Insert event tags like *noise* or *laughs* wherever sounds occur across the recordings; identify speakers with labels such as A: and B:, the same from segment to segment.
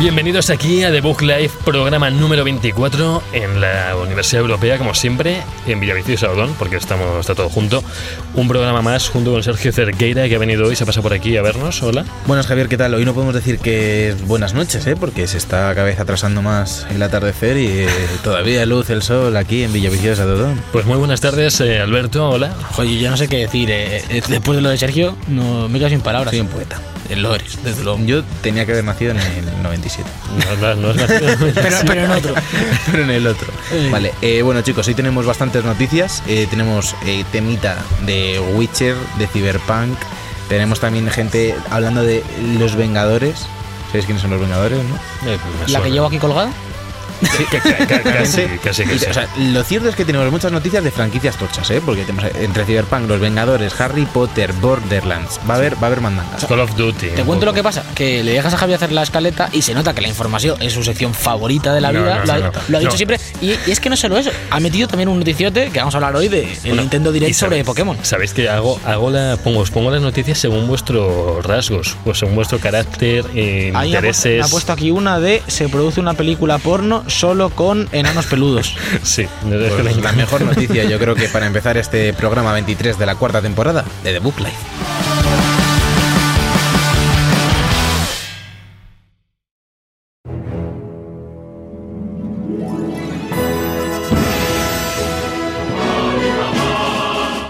A: Bienvenidos aquí a The Book Live, programa número 24 en la Universidad Europea, como siempre, en Villaviciosa y Saudón, porque estamos está todo junto. Un programa más junto con Sergio Cerqueira, que ha venido hoy, se pasa por aquí a vernos. Hola.
B: Buenas, Javier, ¿qué tal? Hoy no podemos decir que es buenas noches, ¿eh? porque se está cada vez atrasando más el atardecer y eh, todavía luz el sol aquí en Villaviciosa y Saudón.
A: Pues muy buenas tardes, eh, Alberto. Hola.
C: Oye, ya no sé qué decir. eh, eh, Después de lo de Sergio, no, me quedo sin palabras.
B: Soy un poeta.
C: Eh, Lo eres, desde luego.
B: Yo tenía que haber nacido en el 97,
A: No, no, no
C: *laughs*
A: has nacido.
C: Pero, pero en otro.
B: *laughs* pero en el otro.
C: Eh.
B: Vale, eh, bueno chicos, hoy tenemos bastantes noticias. Eh, tenemos eh, temita de Witcher, de Cyberpunk. Tenemos también gente hablando de Los Vengadores. ¿Sabéis quiénes son los Vengadores, no?
A: Eh, me
C: La
A: suena.
C: que llevo aquí colgada.
A: Ca- ca- ca- Casi, casi,
B: Y,
A: casi.
B: o sea, lo cierto es que tenemos muchas noticias de franquicias tochas, ¿eh? Porque tenemos entre Cyberpunk, Los Vengadores, Harry Potter, Borderlands. Va a haber, va a haber mandangas.
A: Call of Duty.
C: Te cuento lo que pasa, que le dejas a Javier hacer la escaleta y se nota que la información es su sección favorita de la
A: No,
C: vida.
A: no,
C: lo, ha,
A: no, no.
C: lo ha dicho
A: No.
C: siempre. Y, y es que no solo eso, ha metido también un noticiote que vamos a hablar hoy de el
A: Bueno,
C: Nintendo
A: y
C: Direct
A: sabe-
C: sobre Pokémon.
A: Sabéis que hago, hago la, pongo, os pongo las noticias según vuestros rasgos, pues según vuestro carácter, eh,
C: Ahí me ha, puesto, me
A: intereses.
C: ha puesto aquí una de se produce una película porno solo con enanos
A: *laughs*
C: peludos.
A: Sí, no es que
B: Pues
A: la-
B: la mejor noticia,
A: *laughs*
B: yo creo que para empezar este programa 23 de la cuarta temporada de The Book Life.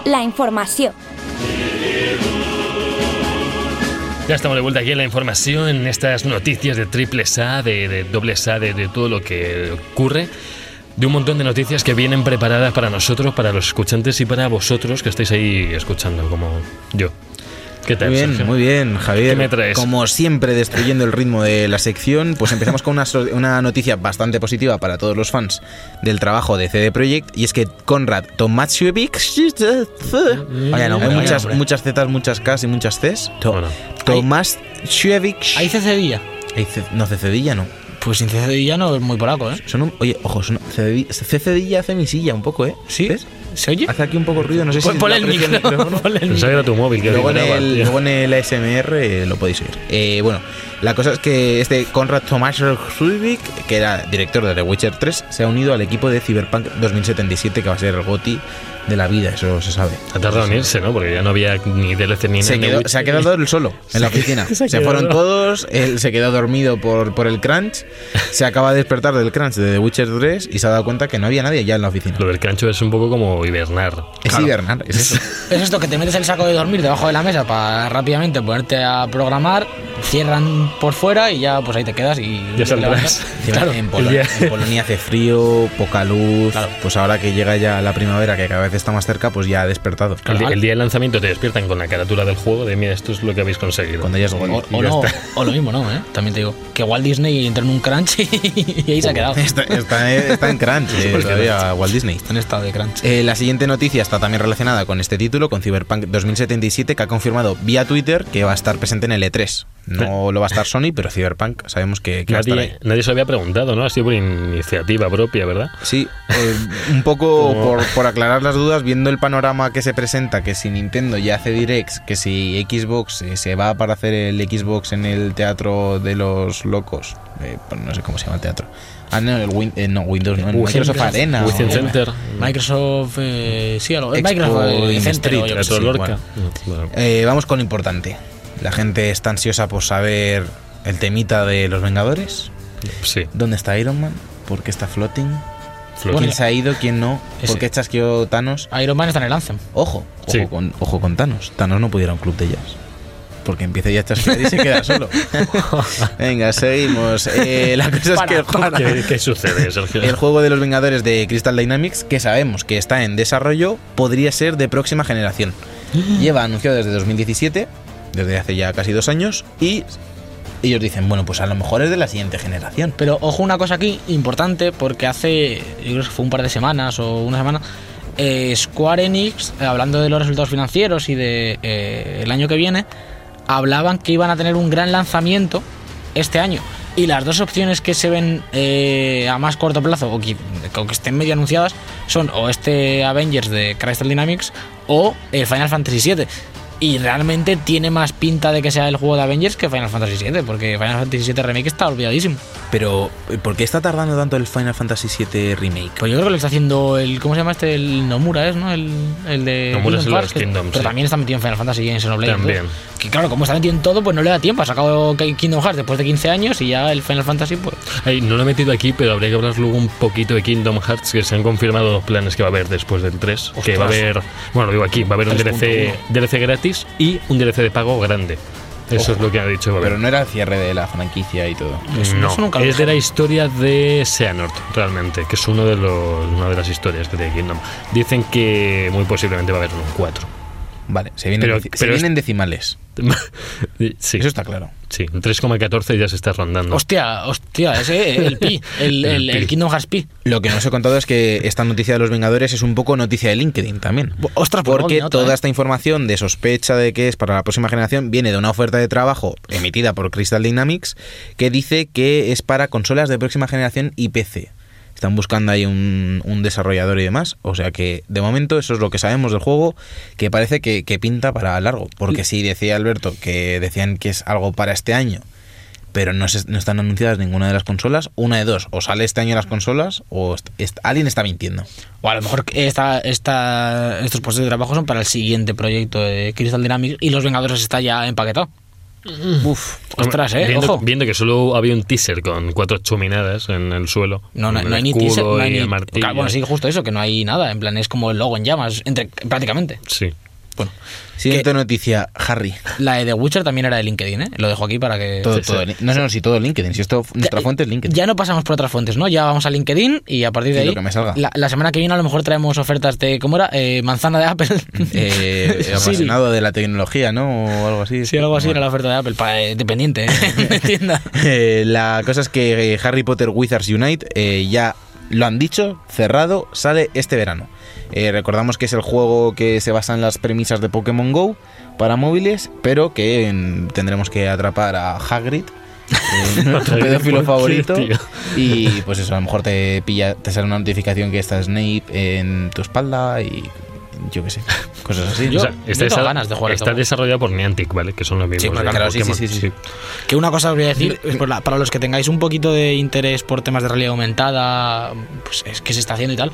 D: La información.
A: Ya estamos de vuelta aquí en la información, en estas noticias de triple A, de, de doble A, de, de todo lo que ocurre. De un montón de noticias que vienen preparadas para nosotros, para los escuchantes y para vosotros que estáis ahí escuchando, como yo. ¿Qué tal?
B: Muy bien,
A: Sergio?
B: muy bien, Javier.
A: ¿Qué me traes?
B: Como siempre, destruyendo el ritmo de la sección, pues empezamos con una, so- una noticia bastante positiva para todos los fans del trabajo de CD Projekt, y es que Conrad Tomasiovic... Vaya nombre,
C: vaya
B: muchas,
C: nombre.
B: muchas Zs, muchas Ks y muchas Cs. To-
A: Bueno.
B: Tomás
C: Ahí
B: Shuevich.
C: Cecedilla.
B: No, Cecedilla no.
C: Pues sin Cecedilla no es muy polaco, ¿eh?
B: Son un- oye, ojo, son, Cecedilla- Cecedilla hace misilla un poco, ¿eh?
C: ¿Sí?
B: ¿Ves?
C: ¿Se oye?
B: Hace aquí un poco ruido, no sé
C: *laughs* Pon-
B: si...
C: ponle
B: lo
C: el
B: aprecia
C: micro.
B: micrófono.
C: ponle el
A: Pensaba que
C: micro.
A: era tu móvil que
B: Luego en,
A: vibraba,
B: el,
A: tío.
B: luego en el ASMR eh, lo podéis oír. Eh, bueno, la cosa es que este Konrad Tomaszewicz, que era director de The Witcher 3, se ha unido al equipo de Cyberpunk 2077, que va a ser el GOTI de la vida, eso se sabe.
A: Ha tardado en irse, ¿no? Porque ya no había ni DLC ni
B: Se,
A: nada.
B: quedó- se ha quedado él solo
A: *laughs*
B: en la oficina.
A: se
B: Se,
A: ha quedado.
B: fueron todos, él se quedó dormido por, por
A: *laughs*
B: el crunch, se acaba de despertar del crunch de The Witcher 3 y se ha dado cuenta que no había nadie ya en la oficina.
A: Lo del cancho es un poco como hibernar.
B: Es hibernar,
A: *laughs*
B: es eso.
C: Es esto que te metes el saco de dormir debajo de la mesa para rápidamente ponerte a programar, cierran por fuera y ya pues ahí te quedas y
A: Ya
C: te
A: saldrás.
C: levantas.
B: Encima,
C: Claro.
B: en, Polo-
A: Ya.
B: *laughs* en Polonia hace frío, poca luz.
C: Claro.
B: Pues ahora que llega ya la primavera, que cada vez está más cerca, pues ya ha despertado.
A: El, día, el día del lanzamiento te despiertan con la carátula del juego de mira, esto es lo que habéis conseguido.
B: Cuando ya es
C: O,
B: gol.
C: o no, o lo mismo no, ¿eh? También te digo. Que Walt Disney entró en un crunch y, *laughs* ahí se ha
B: *laughs*
C: quedado.
B: Está, está- está en crunch eh, todavía Walt Disney.
C: En estado de crunch.
B: Eh, la siguiente noticia está también relacionada con este título, con Cyberpunk 2077, que ha confirmado vía Twitter que va a estar presente en el E3. No lo va a estar Sony, pero Cyberpunk sabemos que, que va a estar ahí.
A: Nadie, nadie se lo había preguntado, ¿no? Ha sido por iniciativa propia, ¿verdad?
B: Sí, eh,
A: *laughs*
B: un poco por, por aclarar las dudas, viendo el panorama que se presenta, que si Nintendo ya hace directs, que si Xbox eh, se va para hacer el Xbox en el Teatro de los Locos, eh, pues no sé cómo se llama el teatro. Ah, no, el Win- eh, no, Windows, no, el
A: Win-
B: Microsoft Arena.
A: Within
B: o-
A: Center.
C: Microsoft, eh, sí, algo.
B: Expo
C: Microsoft eh,
B: in
C: Center, o
B: Street,
C: yo qué
A: Teatro
C: sé.
B: sí,
A: Lorca. Bueno.
B: Eh, vamos con lo importante. La gente está ansiosa por saber el temita de los Vengadores.
A: Sí,
B: ¿Dónde está Iron Man? ¿Por qué está floating?
A: Flor.
B: ¿Quién se ha ido? ¿Quién no?
C: Ese.
B: ¿Por qué chasqueó Thanos?
C: Iron Man está en el Anthem.
B: Ojo, ojo,
A: Sí.
B: con, ojo con Thanos. Thanos no pudiera un club de jazz. Porque empieza ya a chasquear y se queda
A: *laughs*
B: solo. Venga, seguimos. Eh, la cosa es que el juego,
A: ¿Qué, qué sucede, Sergio?
B: el juego de los Vengadores de Crystal Dynamics, que sabemos que está en desarrollo, podría ser de
A: *gasps*
B: próxima generación. Lleva anunciado desde 2017, desde hace ya casi dos años, y ellos dicen, bueno, pues a lo mejor es de la siguiente generación.
C: Pero ojo una cosa aquí importante, porque hace, yo creo que fue un par de semanas o una semana, eh, Square Enix, eh, hablando de los resultados financieros y de eh, el año que viene, hablaban que iban a tener un gran lanzamiento este año. Y las dos opciones que se ven eh, a más corto plazo o que, o que estén medio anunciadas son o este Avengers de Crystal Dynamics o el Final Fantasy VII. Y realmente tiene más pinta de que sea el juego de Avengers que Final Fantasy VII, porque Final Fantasy VII Remake está olvidadísimo.
E: Pero, eh, ¿por qué está tardando tanto el Final Fantasy VII Remake?
C: Pues yo creo que lo está haciendo el. ¿Cómo se llama este? El Nomura, ¿es? ¿No? El, el de.
A: Nomura es el de
C: Park,
A: los
C: que-
A: Kingdoms,
C: Pero
A: sí.
C: también está metido en Final Fantasy y en Xenoblade. ¿no?
A: También.
C: Que claro, como está metido en todo, pues no le da tiempo. Ha sacado Ki- Kingdom Hearts después de 15 años y ya el Final Fantasy, pues.
A: Ay, no lo he metido aquí, pero habría que hablar luego un poquito de Kingdom Hearts, que se han confirmado los planes que va a haber después del 3. Que va a haber, bueno, lo digo aquí, va a haber un DLC,
E: 3.1.
A: DLC gratis y un DLC de pago grande. Eso es lo que ha dicho. que va a
B: Pero
A: haber.
B: no era el cierre de la franquicia y todo.
C: eso-
A: no,
C: eso nunca lo
A: es de
C: dijeron.
A: la historia de Seanort, realmente, que es uno de los, una de las historias que tiene Kingdom. Dicen que muy posiblemente va a haber un 4.
B: Vale, se vienen,
A: Pero-
B: deci- se
A: pero es-
B: vienen decimales.
A: *laughs* sí,
B: Eso está claro.
A: sí, un 3,14 ya se está rondando.
C: Hostia, hostia, ese,
A: *laughs*
C: el Pi, el, el,
A: El Pi.
C: el Kingdom Hearts Pi.
B: Lo que no os he contado es que esta noticia de los Vengadores es un poco noticia de LinkedIn también.
C: Ostras, pues
B: Porque
C: no, otra,
B: toda
C: eh.
B: esta información de sospecha de que es para la próxima generación viene de una oferta de trabajo emitida por Crystal Dynamics que dice que es para consolas de próxima generación y PC. Están buscando ahí un, un desarrollador y demás. O sea que de momento eso es lo que sabemos del juego que parece que, que pinta para largo. Porque sí decía Alberto que decían que es algo para este año. Pero no, se- no están anunciadas ninguna de las consolas. Una de dos. O sale este año las consolas o est- est- alguien está mintiendo.
C: O a lo mejor esta, esta, estos puestos de trabajo son para el siguiente proyecto de Crystal Dynamics y los Vengadores está ya empaquetado. Mm.
B: Uf.
C: Ostras, eh,
A: Viendo,
C: ojo.
A: viendo que solo había un teaser con cuatro chuminadas en el suelo.
C: No, no,
A: con el
C: no hay ni
A: escudo
C: teaser, no hay
A: y el
C: ni.
A: martillo.
C: Claro, bueno, sí, justo eso, que no hay nada. En plan, es como el logo en llamas, entre, prácticamente.
A: Sí.
B: Siguiente noticia, Harry.
C: *laughs* La de The Witcher también era de LinkedIn, ¿eh? Lo dejo aquí para que.
B: Todo,
C: Sí,
B: todo
C: sí.
B: li- No sé no, si todo LinkedIn, si esto nuestra
C: Ya- eh,
B: fuente es LinkedIn.
C: Ya no pasamos por otras fuentes, ¿no? Ya vamos a LinkedIn y a partir de
B: Y
C: ahí.
B: lo que me salga.
C: La, la semana que viene a lo mejor traemos ofertas de. ¿Cómo era? Eh, manzana de *laughs* Apple.
B: Eh,
C: *laughs* Siri.
B: apasionado de la tecnología, ¿no? O algo así.
C: Sí, algo así era la oferta de Apple, para, eh, *laughs* dependiente, ¿eh? de tienda.
B: Eh, la cosa es que eh, Harry Potter Wizards Unite eh, ya lo han dicho, cerrado, sale este verano. Eh, recordamos que es el juego que se basa en las premisas de Pokémon Go para móviles, pero que mm, tendremos que atrapar a Hagrid,
A: *laughs*
B: eh, nuestro
A: Hagrid,
B: pedófilo
A: ¿por qué,
B: favorito.
A: tío?
B: Y pues eso, a lo mejor te pilla, te sale una notificación que está Snape en tu espalda y yo qué sé, cosas así.
C: Yo-
A: *laughs* O sea, está,
C: yo tengo
A: desa-
C: ganas de jugar a este
A: está
C: juego.
A: desarrollado por Niantic, ¿vale? Que son los mismos. de
B: claro, sí,
A: Pokémon.
B: sí, sí, sí.
C: Que una cosa os voy a *laughs* decir, es por la- para los que tengáis un poquito de interés por temas de realidad aumentada, pues es que se está haciendo y tal,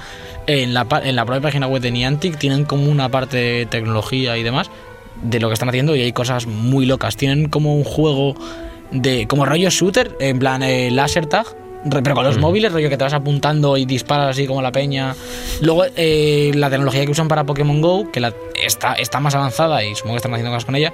C: en la, pa- en la propia página web de Niantic tienen como una parte de tecnología y demás de lo que están haciendo y hay cosas muy locas. Tienen como un juego de como rollo shooter, en plan eh, laser tag. re- Pero con los móviles, rollo que te vas apuntando y disparas así como la peña. Luego, eh, la tecnología que usan para Pokémon Go, que la, está, está más avanzada y supongo que están haciendo cosas con ella,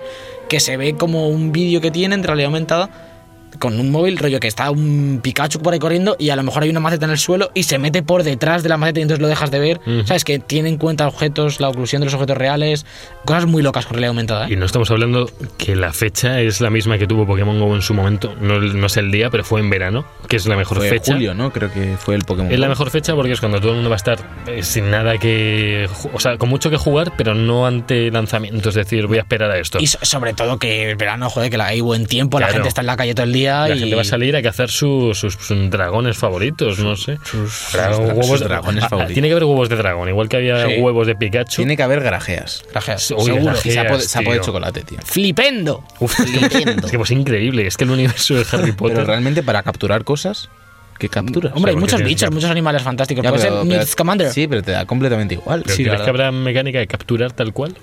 C: que se ve como un vídeo que tienen de realidad aumentada con un móvil, rollo que está un Pikachu por ahí corriendo y a lo mejor hay una maceta en el suelo y se mete por detrás de la maceta y entonces lo dejas de ver.
A: Ujú.
C: ¿Sabes? Que tiene en cuenta objetos, la oclusión de los objetos reales, cosas muy locas con realidad aumentada. ¿eh?
A: Y no estamos hablando que la fecha es la misma que tuvo Pokémon Go en su momento. No, no sé el día, pero fue en verano, que es la mejor
B: Fue
A: fecha.
B: julio, ¿no? Creo que fue el Pokémon.
A: Es la
B: Go.
A: mejor fecha porque es cuando todo el mundo va a estar eh, sin nada que. ju- O sea, con mucho que jugar, pero no ante lanzamiento. Es decir, voy a esperar a esto.
C: Y so- sobre todo que el verano, joder, que la- hay buen tiempo, la
A: Claro.
C: gente está en la calle todo el día
A: La
C: y
A: gente va a salir a cazar su- sus, sus dragones favoritos, no sé. Habrá
B: sus dra-
A: huevos-
B: sus dragones
A: Ah, ah,
B: favoritos.
A: Tiene que haber huevos de dragón, igual que había
C: Sí.
A: huevos de Pikachu.
B: Tiene que haber garajeas.
C: Grajeas,
A: Uy,
C: seguro.
A: grajeas.
B: Y sapo, de-
A: Yes,
B: sapo de
A: tío.
B: chocolate, tío.
C: ¡Flipendo!
A: *laughs* Uf, es que pues increíble, es que el universo de
B: *laughs*
A: Harry Potter.
B: Pero realmente para capturar cosas, ¿qué capturas?
C: Hombre, hay
A: porque
C: muchos
A: tienes
C: bichos,
A: que-
C: muchos animales fantásticos.
B: Ya,
C: Mm, Puede ser
B: pero-
C: Newt
B: pero-
C: Scamander.
B: Sí, pero te da completamente igual.
A: ¿Pero
B: Sí, la
A: crees que
B: verdad.
A: habrá mecánica de capturar tal cual?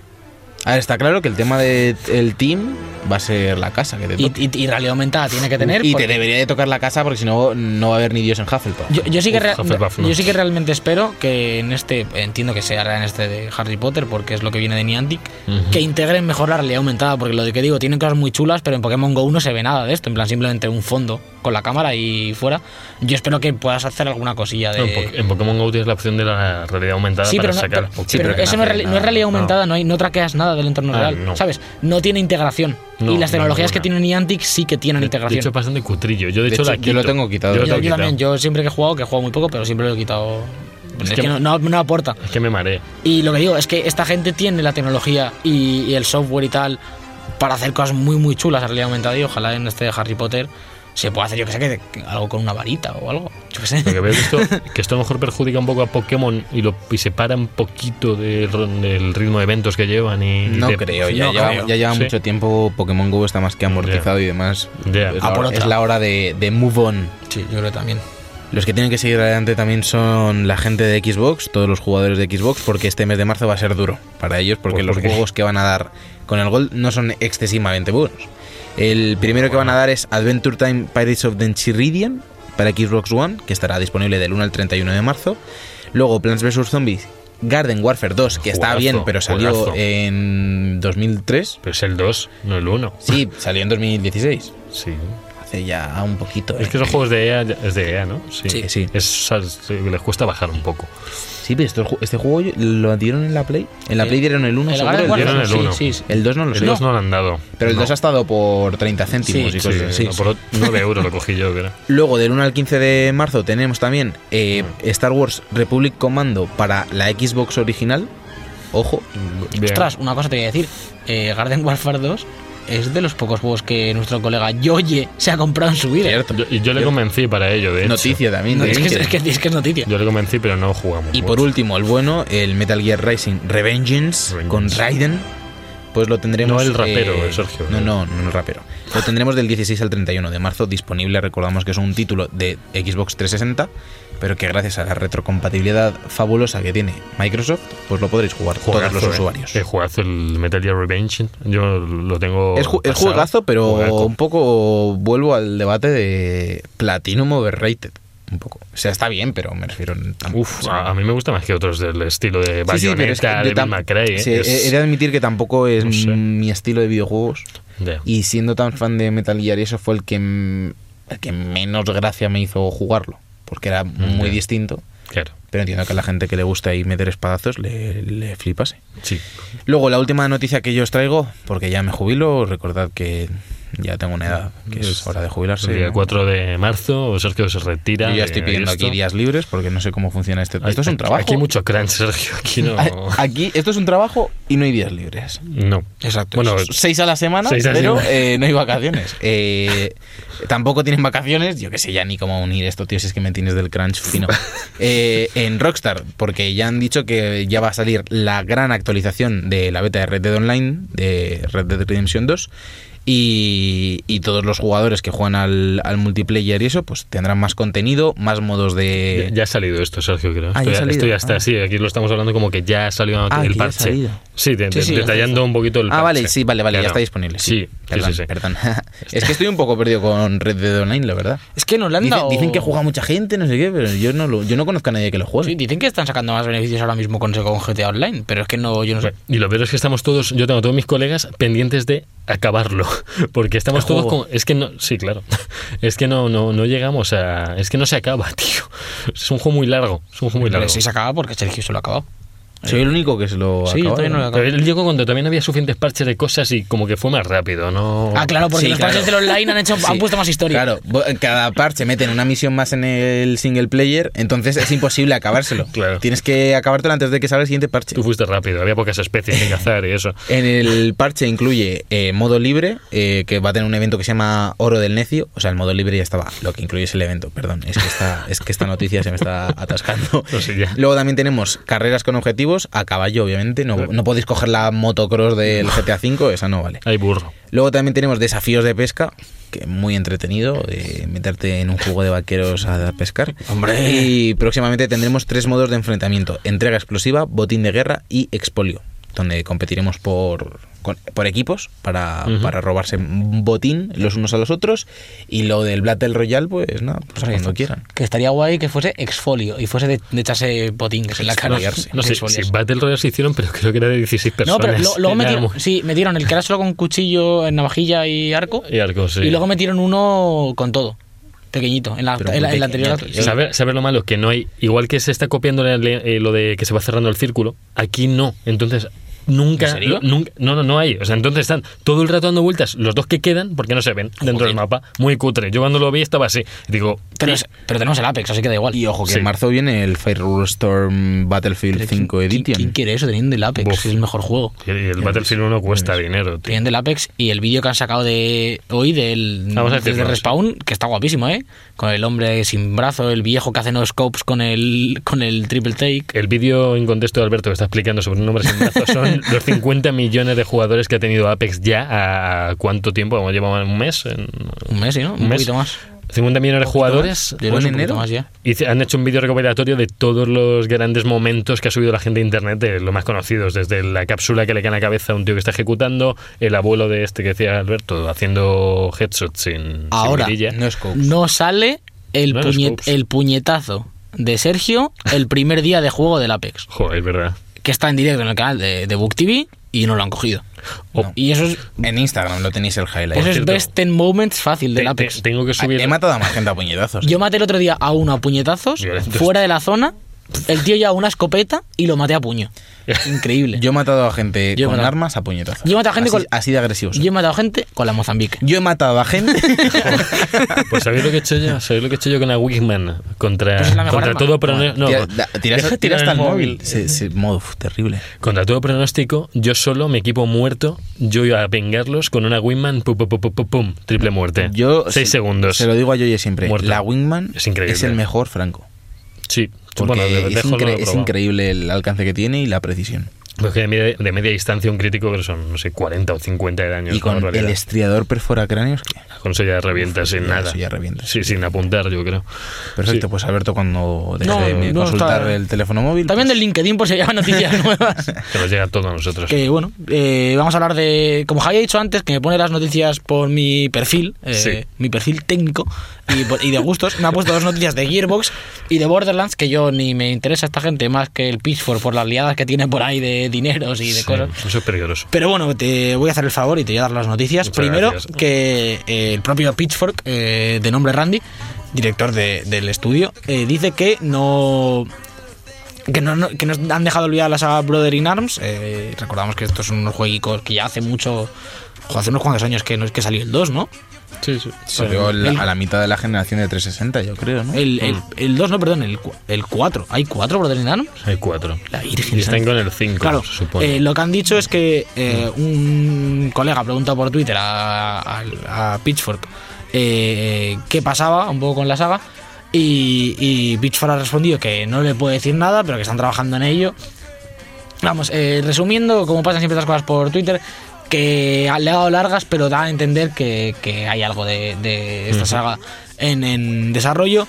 B: A ver, está claro que el tema del team va a ser la casa que te
C: Y,
B: toque.
C: y- y realidad aumentada tiene que tener.
B: Y
C: porque-
B: te debería de tocar la casa porque si no, no va a haber ni Dios en Hufflepuff.
C: Yo, yo sí que
A: Uf,
C: rea-
A: Hufflepuff, no.
C: yo sí que realmente espero que en este, entiendo que se hará en este de Harry Potter, porque es lo que viene de Niantic, que integren mejor la realidad aumentada, porque lo que digo, tienen cosas muy chulas, pero en Pokémon GO no se ve nada de esto, en plan simplemente un fondo con la cámara y fuera. Yo espero que puedas hacer alguna cosilla
A: No, en,
C: de...
A: Po- en Pokémon GO tienes la opción de la realidad aumentada
C: Sí,
A: para
C: pero, no,
A: sacar.
C: pero-
A: Pokémon.
C: sí, pero
B: Eh, pero que
C: eso
B: no
C: no es,
B: hace
C: reali- no
B: nada.
C: es realidad aumentada, no. hay, no traqueas nada del entorno
A: Ah,
C: real,
A: no.
C: ¿sabes? No tiene integración.
A: No,
C: y las tecnologías que
A: ninguna.
C: tiene Niantic sí que tienen
A: De hecho,
C: integración.
A: es bastante cutrillo. Yo, de,
B: De
A: hecho, la
B: hecho, yo lo
A: quito.
B: tengo quitado.
A: Yo, lo
C: Yo,
A: tengo
C: yo también,
A: quitado.
C: yo siempre que he jugado, que he jugado muy poco, pero siempre lo he quitado.
A: Es
C: Es
A: que-
C: que no, no- no aporta.
A: Es que me mareé.
C: Y lo que digo es que esta gente tiene la tecnología y, y el software y tal para hacer cosas muy, muy chulas en realidad aumentada. Y ojalá en este de Harry Potter se pueda hacer, yo que sé, que de- que algo con una varita o algo. Yo que sé.
A: Lo que veo que esto, que esto a lo mejor perjudica un poco a Pokémon y, lo, y se para un poquito de ro- del ritmo de eventos que llevan. Y, y
B: No
A: de-
B: creo, ya
C: no
B: lleva,
C: creo.
B: ya lleva
A: Sí.
B: mucho tiempo. Pokémon Go está más que amortizado y demás.
A: Ya.
B: Es,
C: Ah,
B: la
C: por
B: hora,
C: otra.
B: es la hora de, de move on.
C: *laughs* Sí, yo creo que también.
B: Los que tienen que seguir adelante también son la gente de Xbox, todos los jugadores de Xbox, porque este mes de marzo va a ser duro para ellos, porque
A: Pues, ¿Por-
B: los
A: por qué?
B: juegos que van a dar con el Gold no son excesivamente buenos. El primero que van a dar es Adventure Time Pirates of the Enchiridion para Xbox One, que estará disponible del 1 al 31 de marzo. Luego Plants vs. Zombies Garden Warfare 2, que está
A: Juegazo,
B: bien, pero salió
A: juegazo.
B: en 2003.
A: Pero es el 2, no el 1.
B: Sí, salió en 2016.
A: Sí.
B: Hace ya un poquito.
A: Es
B: ¿eh?
A: que esos juegos de EA, ya- es de EA, ¿no? Sí.
B: Sí, sí.
A: Es- es- les cuesta bajar un poco.
B: Sí, pero esto- este juego yo- lo dieron en la Play. En la
C: Sí.
B: Play dieron el 1,
C: El
B: seguro.
C: Garden
B: El
C: Warfare,
A: dieron el
C: sí,
A: uno.
C: sí, sí.
B: El 2 no lo sé.
A: El 2 no lo han dado.
B: Pero el
A: No.
B: 2 ha estado por 30 céntimos
C: Sí,
B: y
A: Sí,
B: cosas así.
A: no, por 9 euros lo cogí yo, que era.
B: Luego, del 1 al 15 de marzo, tenemos también eh, Star Wars Republic Commando para la Xbox original. Ojo.
A: Bien.
C: Ostras, una cosa te voy a decir. eh, Garden Warfare 2 es de los pocos juegos que nuestro colega Yoye se ha comprado en su vida.
B: Cierto.
A: Yo, y yo le convencí para ello, de hecho.
B: Noticia también.
C: No,
B: de
C: es, que,
B: LinkedIn.
C: es, que, es que es noticia.
A: Yo le convencí, pero no jugamos.
B: Y por último, el bueno, el Metal Gear Rising Revengeance,
A: Revengeance.
B: con Raiden. Pues lo tendremos.
A: No el rapero, el Sergio. eh.
B: No, no, no el rapero. Lo tendremos del 16 al 31 de marzo disponible. Recordamos que es un título de Xbox 360, pero que gracias a la retrocompatibilidad fabulosa que tiene Microsoft, pues lo podréis jugar todos
A: eh.
B: los usuarios.
A: He jugado el Metal Gear Revenge. Yo lo tengo.
B: Es, ju- es
A: pasado.
B: juegazo, pero
A: Juegazo.
B: un poco vuelvo al debate de Platinum overrated. Un poco. O sea, está bien, pero me refiero. tampoco-
A: Uf, a, a mí me gusta más que otros del estilo de Bayonetta, de
B: yo
A: Bill
B: tam-
A: ¿eh? McRae.
B: sí, eh, he he de admitir que tampoco es
A: no sé.
B: mi estilo de videojuegos. Y siendo tan fan de Metal Gear, eso fue el que, m- el que menos gracia me hizo jugarlo. Porque era muy
A: ya.
B: distinto.
A: claro,
B: Pero entiendo que a la gente que le gusta ahí meter espadazos le, le flipase.
A: sí.
B: Luego, la última noticia que yo os traigo, porque ya me jubilo, recordad que ya tengo una edad que es
A: Es-
B: hora de
A: Pues, El
B: jubilarse.
A: día
B: ¿no?
A: 4 de marzo, Sergio se retira.
B: Yo ya
A: de
B: estoy pidiendo
A: esto.
B: aquí días libres porque no sé cómo funciona este.
A: Ay,
B: Esto es un
A: aquí-
B: trabajo.
A: Aquí hay mucho crunch, Sergio. Aquí no.
B: A- Aquí, esto es un trabajo y no hay días libres.
A: No.
C: Exacto.
A: Bueno,
B: Pues seis a la semana,
A: Seis a la
B: pero
A: semana.
B: eh, no hay vacaciones. *laughs* Eh, tampoco tienen vacaciones, yo que sé ya ni cómo unir esto, tío, si es que me tienes del crunch
A: *laughs*
B: fino. Eh, en Rockstar, porque ya han dicho que ya va a salir la gran actualización de la beta de Red Dead Online, de Red Dead Redemption 2. Y, y todos los jugadores que juegan al, al multiplayer y eso, pues tendrán más contenido, más modos de...
A: ya, ya ha salido esto, Sergio, creo.
B: Ah, ya
A: esto,
B: ha
A: ya,
B: salido.
A: esto ya está,
B: Ah.
A: sí. Aquí lo estamos hablando como que ya ha salido
B: Ah,
A: el
B: que ya ha
A: parche.
B: salido.
A: Sí, de-
C: Sí,
A: de-
C: sí,
A: detallando un poquito el parche.
B: Ah, vale, sí, vale, vale, ya
A: Claro.
B: está disponible. Sí,
A: Sí, sí,
B: perdón,
A: sí, sí.
B: perdón. *laughs* es que estoy un poco perdido con Red Dead Online, la verdad.
C: Es que en Holanda.
B: Dicen, dicen que juega mucha gente, no sé qué, pero yo no, lo- yo no conozco a nadie que lo juegue.
C: Sí, dicen que están sacando más beneficios ahora mismo con, con GTA Online, pero es que no, yo no sé.
A: Y lo peor es que estamos todos, yo tengo a todos mis colegas pendientes de acabarlo, *laughs* porque estamos
B: El
A: todos
B: juego.
A: como, es que no, sí, claro, *laughs* es que no, no, no llegamos a, es que no se acaba, *laughs* tío, es un juego muy largo, es un juego muy largo.
C: Pero sí se acaba porque Sergio se lo ha acabado.
B: Soy el único que se lo
C: Sí, yo
B: acaba,
C: todavía no lo he acabado.
A: Pero él llegó cuando también había suficientes parches de cosas y como que fue más rápido, ¿no?
C: Ah, claro, porque
B: Sí,
C: los
B: claro.
C: parches del online han, hecho, han
B: Sí.
C: puesto más historia.
B: Claro, bo- cada parche meten una misión más en el single player, entonces es imposible
C: *laughs*
B: acabárselo.
A: Claro.
B: Tienes que acabártelo antes de que salga el siguiente parche.
A: Tú fuiste rápido, había pocas especies
C: *laughs*
A: que cazar y eso.
B: En el parche incluye eh, modo libre, eh, que va a tener un evento que se llama Oro del Necio. O sea, el modo libre ya estaba. Lo que incluye es el evento, perdón. Es que esta, es que esta noticia se me está atascando.
A: No sé, ya.
B: Luego también tenemos carreras con objetivos a caballo, obviamente. No, no podéis coger la motocross del GTA V, esa no vale.
A: Hay burro.
B: Luego también tenemos desafíos de pesca, que es muy entretenido, eh, meterte en un juego de vaqueros a pescar.
C: Hombre.
B: Y próximamente tendremos tres modos de enfrentamiento: entrega explosiva, botín de guerra y expolio, donde competiremos por, con- por equipos para,
A: Ujú.
B: para robarse un botín los unos a los otros. Y lo del Battle Royale, pues nada, pues cuando quieran.
C: Que estaría guay que fuese exfolio y fuese de, de echarse botín, que es en la cara.
A: No, no sé
C: Exfolios.
A: si Battle Royale se hicieron, pero creo que era de 16
C: No,
A: personas.
C: pero lo- luego
A: Era
C: metieron,
A: muy-
C: sí, metieron el que era solo con cuchillo, en navajilla y arco.
A: Y algo, Eh, sí.
C: Y luego metieron uno con todo, pequeñito, en la,
B: Pero muy
C: en la- en la
B: pequeño,
C: anterior.
B: tío.
A: Saber, saber lo malo, que no hay. Igual que se está copiando la- eh, lo de que se va cerrando el círculo, aquí no. Entonces, Nunca,
C: ¿En serio?
A: nunca- no, no, no hay. O sea, entonces están todo el rato dando vueltas los dos que quedan porque no se ven dentro del mapa. Muy cutre. Yo cuando lo vi estaba así. Digo,
C: Pero, es- pero tenemos el Apex, así que da igual.
B: Y ojo, que
A: Sí.
B: en marzo viene el Firestorm Battlefield
C: Pero ¿quién-
B: 5
C: quién-
B: Edition.
C: ¿Quién quiere eso teniendo el Apex?
A: Buf.
C: Es el mejor juego.
A: "Y el Battlefield 1 cuesta dinero, tío".
C: Teniendo el Apex y el vídeo que han sacado de hoy del
A: Vamos a
C: del
A: decirnos.
C: Respawn, que está guapísimo, ¿eh? Con el hombre sin brazo, el viejo que hace no scopes con el, con el triple take.
A: El vídeo en contexto de Alberto que está explicando sobre nombres sin brazos son
C: *laughs*
A: los 50 millones de jugadores que ha tenido Apex ya a cuánto tiempo, como llevaban un mes, En-
C: Un mes, ¿no? Un,
A: mes.
C: poquito más.
A: 50 millones de jugadores
C: Yo creo que
B: Pues
C: es un poquito más ya.
A: y se- han hecho un vídeo recopilatorio de todos los grandes momentos que ha subido la gente de internet, de los más conocidos, desde la cápsula que le cae en la cabeza a un tío que está ejecutando, el abuelo de este que decía Alberto haciendo headshots sin,
C: Ahora,
A: sin mirilla.
B: No es Cope.
C: No sale el,
A: No hay
C: puñe-
A: scopes.
C: el puñetazo de Sergio el primer día de juego del Apex,
A: Joder, es verdad.
C: que está en directo en el canal de, de Book TV y no lo han cogido.
A: Oh.
C: Y eso es,
B: En Instagram lo tenéis el highlight.
C: eso Pues es
A: cierto.
C: best 10 moments fácil del
A: Te-
C: Apex.
A: te- tengo que
B: Ah,
A: subir.
B: He matado a más gente a
C: *laughs*
B: puñetazos.
C: Yo maté el otro día a uno a puñetazos,
A: Violentos.
C: fuera de la zona. El tío llevaba una escopeta y lo maté a puño. *laughs* Increíble.
B: Yo he matado a gente
C: Yo he
B: con
C: matado-
B: armas a puñetazos.
C: Yo he matado a gente
B: así,
C: con-
B: así de agresivos.
C: Yo he matado gente con la Mozambique.
B: Yo he matado a
C: *laughs*
B: gente.
A: Pues sabéis lo que he hecho yo, sabéis lo que he hecho yo con la Wigman contra,
C: Pues es la mejor
A: contra
C: arma.
A: todo pronóstico. No,
B: Tira- da- tiras-
A: deja
B: tiras
A: tirar
B: hasta
A: el
B: el móvil.
A: móvil.
B: Sí, sí, modo uf, terrible.
A: Contra todo pronóstico, yo solo, mi equipo muerto, yo iba a vengarlos con una Wigman, pum, pum, pum, pum, pum, pum, triple muerte.
B: Yo
A: Seis
B: se-
A: segundos.
B: Se lo digo a Yoye siempre.
A: Muerto.
B: La Wingman
A: Es increíble.
B: el mejor Franco.
A: Sí,
B: Porque
A: bueno, de-
B: es,
A: lejos no lo
B: incre-
A: he
B: es
A: probado.
B: increíble el alcance que tiene y la precisión.
A: Porque de media, de media distancia un crítico creo que son, no sé, 40 o 50 de daño. es
B: y
A: una
B: con el
A: barbaridad.
B: estriador perfora cráneos. que-
A: Con eso ya revienta sin
B: ya,
A: nada.
B: eso ya revienta.
A: Sí, sin apuntar, yo creo.
B: Perfecto,
A: Sí.
B: pues Alberto, cuando deje
C: No,
B: de
C: no,
B: consultar
C: está-
B: el teléfono móvil.
C: También del
B: pues,
C: LinkedIn por si hay *laughs* noticias nuevas.
A: Que nos llega todo a nosotros.
C: Que bueno, eh, vamos a hablar de. Como había dicho antes, que me pone las noticias por mi perfil, eh,
A: Sí.
C: mi perfil técnico y, por- y de gustos. Me ha puesto dos noticias de Gearbox y de Borderlands, que yo ni me interesa a esta gente más que el Pitchfork por las liadas que tiene por ahí de dineros y de
A: Sí,
C: cosas.
A: Eso es peligroso.
C: Pero bueno, te voy a hacer el favor y te voy a dar las noticias.
A: Muchas
C: Primero,
A: gracias.
C: que eh, el propio Pitchfork, eh, de nombre Randy, director de- del estudio, eh, dice que no. Que no, no- que nos han dejado olvidar la saga Brother in Arms. Eh, recordamos que estos son unos jueguicos que ya hace mucho. jo, hace unos cuantos años que, no, que salió el 2, ¿no?
A: Sí, sí.
B: salió pues, el-
C: el-
B: a la mitad de la generación de 360, yo creo, ¿no?
C: El,
A: Mm.
C: el, el 2, no, perdón, el, cu- el 4. ¿Hay 4 Brother in Arms?
A: Hay cuatro.
C: La Virgen.
A: Y están
C: Santa.
A: con el 5,
C: Claro,
A: supongo.
C: eh, lo que han dicho es que eh, un colega ha preguntado por Twitter a, a- a Pitchfork eh, qué pasaba un poco con la saga y, y Pitchfork ha respondido que no le puede decir nada, pero que están trabajando en ello. Vamos, eh, resumiendo, como pasan siempre estas cosas por Twitter, que le ha dado largas, pero da a entender que, que hay algo de, de esta saga en, en desarrollo.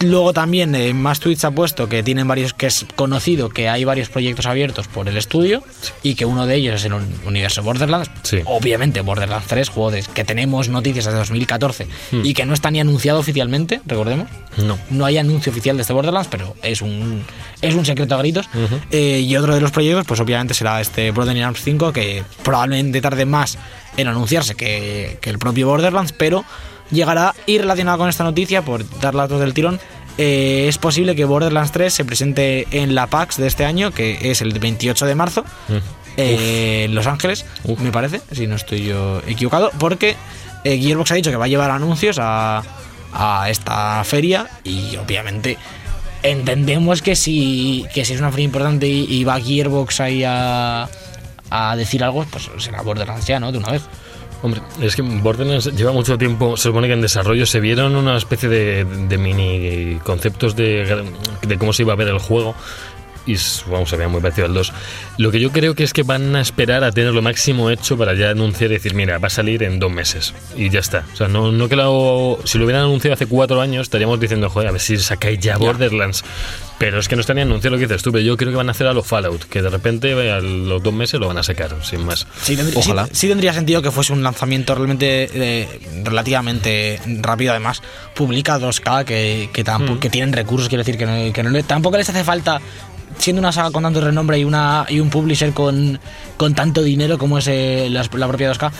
C: Luego también eh, más tweets ha puesto que tienen varios que es conocido que hay varios proyectos abiertos por el estudio y que uno de ellos es el un- universo Borderlands.
A: Sí.
C: Obviamente Borderlands 3, juego de- que tenemos noticias desde 2014 y que no está ni anunciado oficialmente, recordemos
A: No.
C: no hay anuncio oficial de este Borderlands, pero es un, es un secreto a gritos. Eh, y otro de los proyectos, pues obviamente será este Brother in Arms 5, que probablemente tarde más en anunciarse que, que el propio Borderlands, pero llegará y relacionado con esta noticia, por dar las dos del tirón. eh, es posible que Borderlands 3 se presente en la PAX de este año, que es el 28 de marzo, eh, en Los Ángeles,
A: Uf.
C: me parece, si no estoy yo equivocado, porque eh, Gearbox ha dicho que va a llevar anuncios a, a esta feria y obviamente entendemos que si, que si es una feria importante y, y va Gearbox ahí a, a decir algo, pues será Borderlands ya, ¿no? De una vez.
A: Hombre, es que Borderlands lleva mucho tiempo, se supone que en desarrollo se vieron una especie de, de mini conceptos de, de cómo se iba a ver el juego y s- vamos, se veía muy parecido al 2. Lo que yo creo que es que van a esperar a tener lo máximo hecho para ya anunciar y decir, mira, va a salir en dos meses y ya está. O sea, no, no que lo, si lo hubieran anunciado hace cuatro años estaríamos diciendo, joder, a ver si sacáis ya Borderlands. Pero es que no están ni anunciando lo que dices tú, pero yo creo que van a hacer a los Fallout, que de repente eh, a los dos meses lo van a sacar, sin más.
C: Sí, tendría,
B: Ojalá.
C: sí- sí tendría sentido que fuese un lanzamiento realmente eh, relativamente rápido. Además, publica 2K que, que,
A: Hmm.
C: tampo- que tienen recursos, quiero decir, que, no, que no le- tampoco les hace falta, siendo una saga con tanto renombre y, una, y un publisher con, con tanto
A: Hmm.
C: dinero como es eh, la, la propia 2K,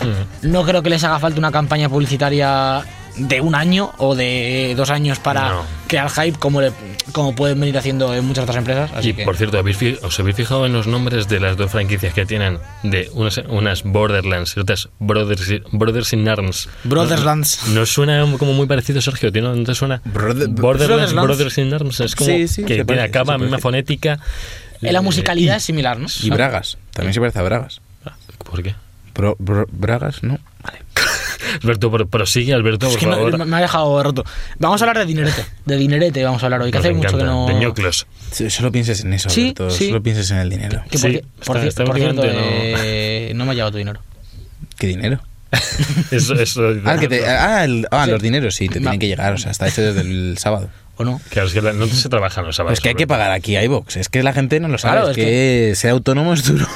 C: no creo que les haga falta una campaña publicitaria de un año o de dos años para
A: No.
C: crear hype como, le- como pueden venir haciendo en muchas otras empresas. Así
A: Y
C: que,
A: por cierto, ¿habéis fi- ¿os habéis fijado en los nombres de las dos franquicias que tienen? De unas, unas Borderlands y otras Brothers, i- Brothers in Arms.
C: Brotherlands.
A: ¿No suena como muy parecido, Sergio? ¿Ti ¿No, no te suena?
B: Brother-
A: Borderlands,
C: Brotherlands.
A: Brothers in Arms. Es como
B: Sí, sí, se
A: que tiene
B: parece,
A: acaba,
B: se
A: misma
B: parece.
A: fonética.
C: la
A: Eh,
C: musicalidad es similar, ¿no?
B: Y Bragas. También se parece a Bragas.
A: Ah, ¿Por qué? *laughs*
B: Bro- bro- bragas, no. Vale.
A: Alberto, pro- prosigue, Alberto,
C: Es
A: por
C: que no-
A: favor.
C: me, me ha dejado roto. Vamos a hablar de dinerete. De dinerete vamos a hablar hoy, que
A: Nos
C: hace mucho que
A: encanta,
C: no...
A: De ñoclos.
B: Sí, Solo pienses en eso,
C: Sí,
B: Alberto.
C: sí.
B: Solo pienses en el dinero.
C: Que
A: Sí,
C: por, ci-
A: está-
C: por ci-
A: está
C: por cierto,
A: últimamente no-
C: eh, no me ha llegado tu dinero.
B: ¿Qué dinero?
A: Eso, eso,
B: *laughs* Ah, que te- ah, el- ah, los dineros sí, te
C: Ma-
B: tienen que llegar. O sea, está hecho desde el
C: *laughs*
B: sábado.
A: *laughs*
C: ¿O no?
A: Claro, es que la- no se trabajan los sábados.
B: Pues que hay que pagar aquí a iVox. Es que la gente no lo sabe.
C: Claro,
B: es
C: es
B: que, ser autónomo es duro.